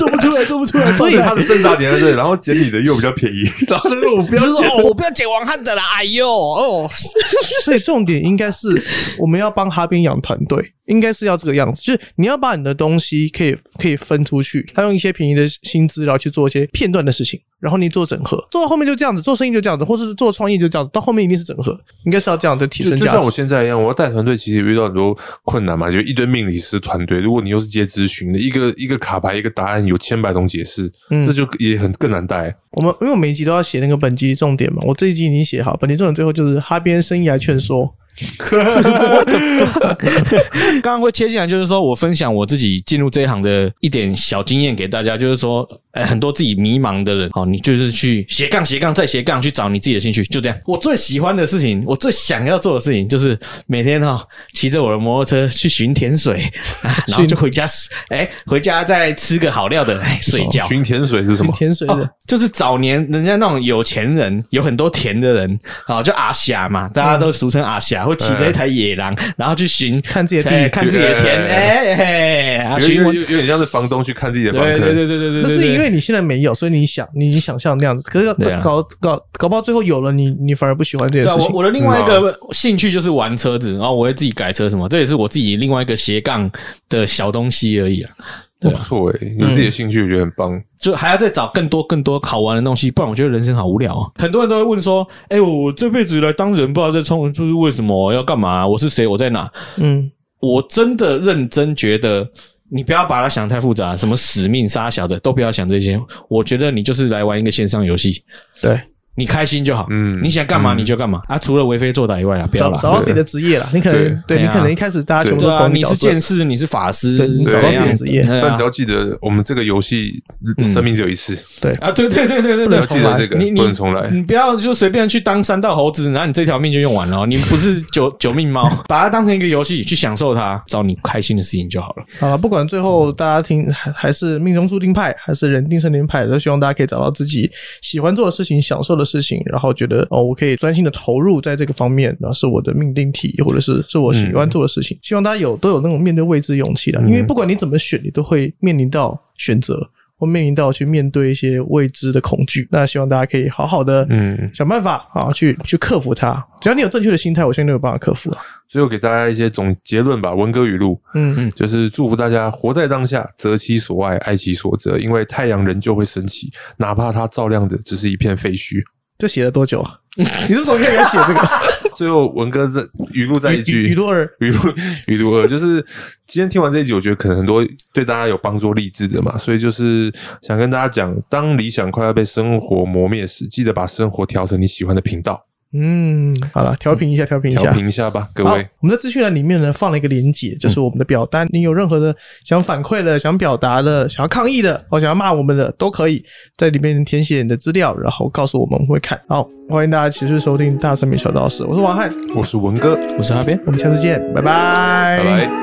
[SPEAKER 3] 不出来，做不出来。
[SPEAKER 1] 所以他的挣扎点在这里，然后捡你的又比较便宜，然后就是我不
[SPEAKER 3] 不
[SPEAKER 1] 要
[SPEAKER 3] 要说 哦，我不要剪王汉的啦，哎呦哦，
[SPEAKER 2] 所以重点应该是我们要帮哈边养团队，应该是要这个样子，就是你要把你的东西可以可以分出去，他用一些便宜的薪资，然后去做一些片段的事情，然后你做整合，做到后面就这样子，做生意就这样子，或是做创业就这样子，到后面一定是整合，应该是要这样的提
[SPEAKER 1] 就
[SPEAKER 2] 升
[SPEAKER 1] 就
[SPEAKER 2] 价
[SPEAKER 1] 像我
[SPEAKER 2] 值。
[SPEAKER 1] 现在一样，我要带团队，其实也遇到很多困难嘛，就一堆命理师团队。如果你又是接咨询的，一个一个卡牌，一个答案有千百种解释，
[SPEAKER 2] 嗯
[SPEAKER 1] 这就也很更难带。
[SPEAKER 2] 我们因为我每一集都要写那个本集重点嘛，我这一集已经写好，本集重点最后就是哈边生意来劝 说，
[SPEAKER 3] 刚刚会切进来，就是说我分享我自己进入这一行的一点小经验给大家，就是说，哎，很多自己迷茫的人，哦，你就是去斜杠、斜杠再斜杠去找你自己的兴趣，就这样。我最喜欢的事情，我最想要做的事情，就是每天哈、哦、骑着我的摩托车去寻甜水，啊、然后就回家，哎，回家再吃个好料的，哎，睡觉。
[SPEAKER 1] 寻甜水是什么？
[SPEAKER 2] 甜水
[SPEAKER 3] 哦
[SPEAKER 2] 的，，
[SPEAKER 3] 就是早年人家那种有钱人，有很多田的人，啊、就阿霞嘛，大家都俗称阿霞，会骑着一台野狼，然后去寻
[SPEAKER 2] 看自己的地
[SPEAKER 3] 哎嗯看自己的田，哎哎，啊，
[SPEAKER 1] 有
[SPEAKER 3] 询
[SPEAKER 1] 有
[SPEAKER 3] 问
[SPEAKER 1] 有，有点像是房东去看自己的
[SPEAKER 3] 对
[SPEAKER 1] 房客。
[SPEAKER 3] 对对对对对，
[SPEAKER 2] 那是
[SPEAKER 3] 对
[SPEAKER 2] 因为你现在没有，所以你想你想象那样子，可是
[SPEAKER 3] 对啊
[SPEAKER 2] 搞搞搞不好最后有了你，你反而不喜欢这件
[SPEAKER 3] 对啊，
[SPEAKER 2] 事
[SPEAKER 3] 我
[SPEAKER 2] 情。
[SPEAKER 3] 我的另外一个兴趣就是玩车子，然后我会自己改车什么，这也是我自己另外一个斜杠的小东西而已啊。
[SPEAKER 1] 对，不错诶，有自
[SPEAKER 3] 嗯
[SPEAKER 1] 己的兴趣，我觉得很棒。
[SPEAKER 3] 就还要再找更多更多好玩的东西，不然我觉得人生好无聊、啊。很多人都会问说：“哎、我这辈子来当人，不知道在冲，就是为什么要干嘛？我是谁？我在哪？”
[SPEAKER 2] 嗯，
[SPEAKER 3] 我真的认真觉得，你不要把它想太复杂，什么使命、杀小的都不要想这些。我觉得你就是来玩一个线上游戏，
[SPEAKER 2] 对。
[SPEAKER 3] 你开心就好。
[SPEAKER 1] 嗯
[SPEAKER 3] 你想干嘛
[SPEAKER 1] 嗯
[SPEAKER 3] 你就干嘛、啊，除了为非作歹以外啊，不要
[SPEAKER 2] 找找
[SPEAKER 3] 啦。
[SPEAKER 2] 到自己的职业了。你可能
[SPEAKER 3] 对
[SPEAKER 2] 对你
[SPEAKER 3] 对啊
[SPEAKER 2] 可能一开始大家全部
[SPEAKER 3] 对
[SPEAKER 2] 都
[SPEAKER 3] 啊，
[SPEAKER 2] 同一
[SPEAKER 3] 你
[SPEAKER 2] 个角
[SPEAKER 3] 是
[SPEAKER 2] 色
[SPEAKER 3] 剑，士，你是法师，
[SPEAKER 2] 对你
[SPEAKER 1] 找到
[SPEAKER 3] 怎样
[SPEAKER 2] 自己的职业
[SPEAKER 3] 对
[SPEAKER 1] 但
[SPEAKER 3] 啊嗯
[SPEAKER 1] 只要记得，我们这个游戏生命只有一次，
[SPEAKER 3] 啊，对对对对对对，
[SPEAKER 1] 要记得这个
[SPEAKER 3] 你你
[SPEAKER 1] 不能重来
[SPEAKER 3] 你不要就随便去当三道猴子，然后你这条命就用完了哦。你不是九九命猫， 把它当成一个游戏去享受它，找你开心的事情就好了。
[SPEAKER 2] 好了，不管最后大家听还还是命中注定派，还是人定胜天派，都希望大家可以找到自己喜欢做的事情、享受的事情，然后觉得哦，我可以专心的投入在这个方面，然后是我的命定体，或者是是我喜欢做的事情。希望大家有都有那种面对未知的勇气的，因为不管你怎么选，你都会面临到选择。或面临到去面对一些未知的恐惧。那希望大家可以好好的
[SPEAKER 1] 嗯，
[SPEAKER 2] 想办法啊，去去克服它。只要你有正确的心态，我相信都有办法克服啊。
[SPEAKER 1] 最后给大家一些总结论吧，文哥语录。
[SPEAKER 2] 嗯
[SPEAKER 3] 嗯
[SPEAKER 1] 就是祝福大家活在当下，择其所爱，爱其所择，因为太阳仍旧会升起，哪怕它照亮的只是一片废墟。
[SPEAKER 2] 这写了多久啊？ 你是不是从开始写这个？
[SPEAKER 1] 最后，文哥这语录再一句，
[SPEAKER 2] 语语录二，
[SPEAKER 1] 语录语录二，就是今天听完这一集，我觉得可能很多对大家有帮助、励志的嘛，所以就是想跟大家讲，当理想快要被生活磨灭时，记得把生活调成你喜欢的频道，
[SPEAKER 2] 嗯，好了，调频一下，调频一
[SPEAKER 1] 调
[SPEAKER 2] 下。
[SPEAKER 1] 频一下吧，各
[SPEAKER 2] 好
[SPEAKER 1] 位。，
[SPEAKER 2] 我们在资讯栏里面呢放了一个连接，就是我们的表单。你有任何的想反馈的、想表达的、想要抗议的，或想要骂我们的，都可以在里面填写你的资料，然后告诉我们，我们会看。好，欢迎大家持续收听《大川美小道士》，我是王翰，
[SPEAKER 1] 我是文哥，
[SPEAKER 3] 我是阿边。
[SPEAKER 2] 我们下次见，拜
[SPEAKER 1] 拜拜。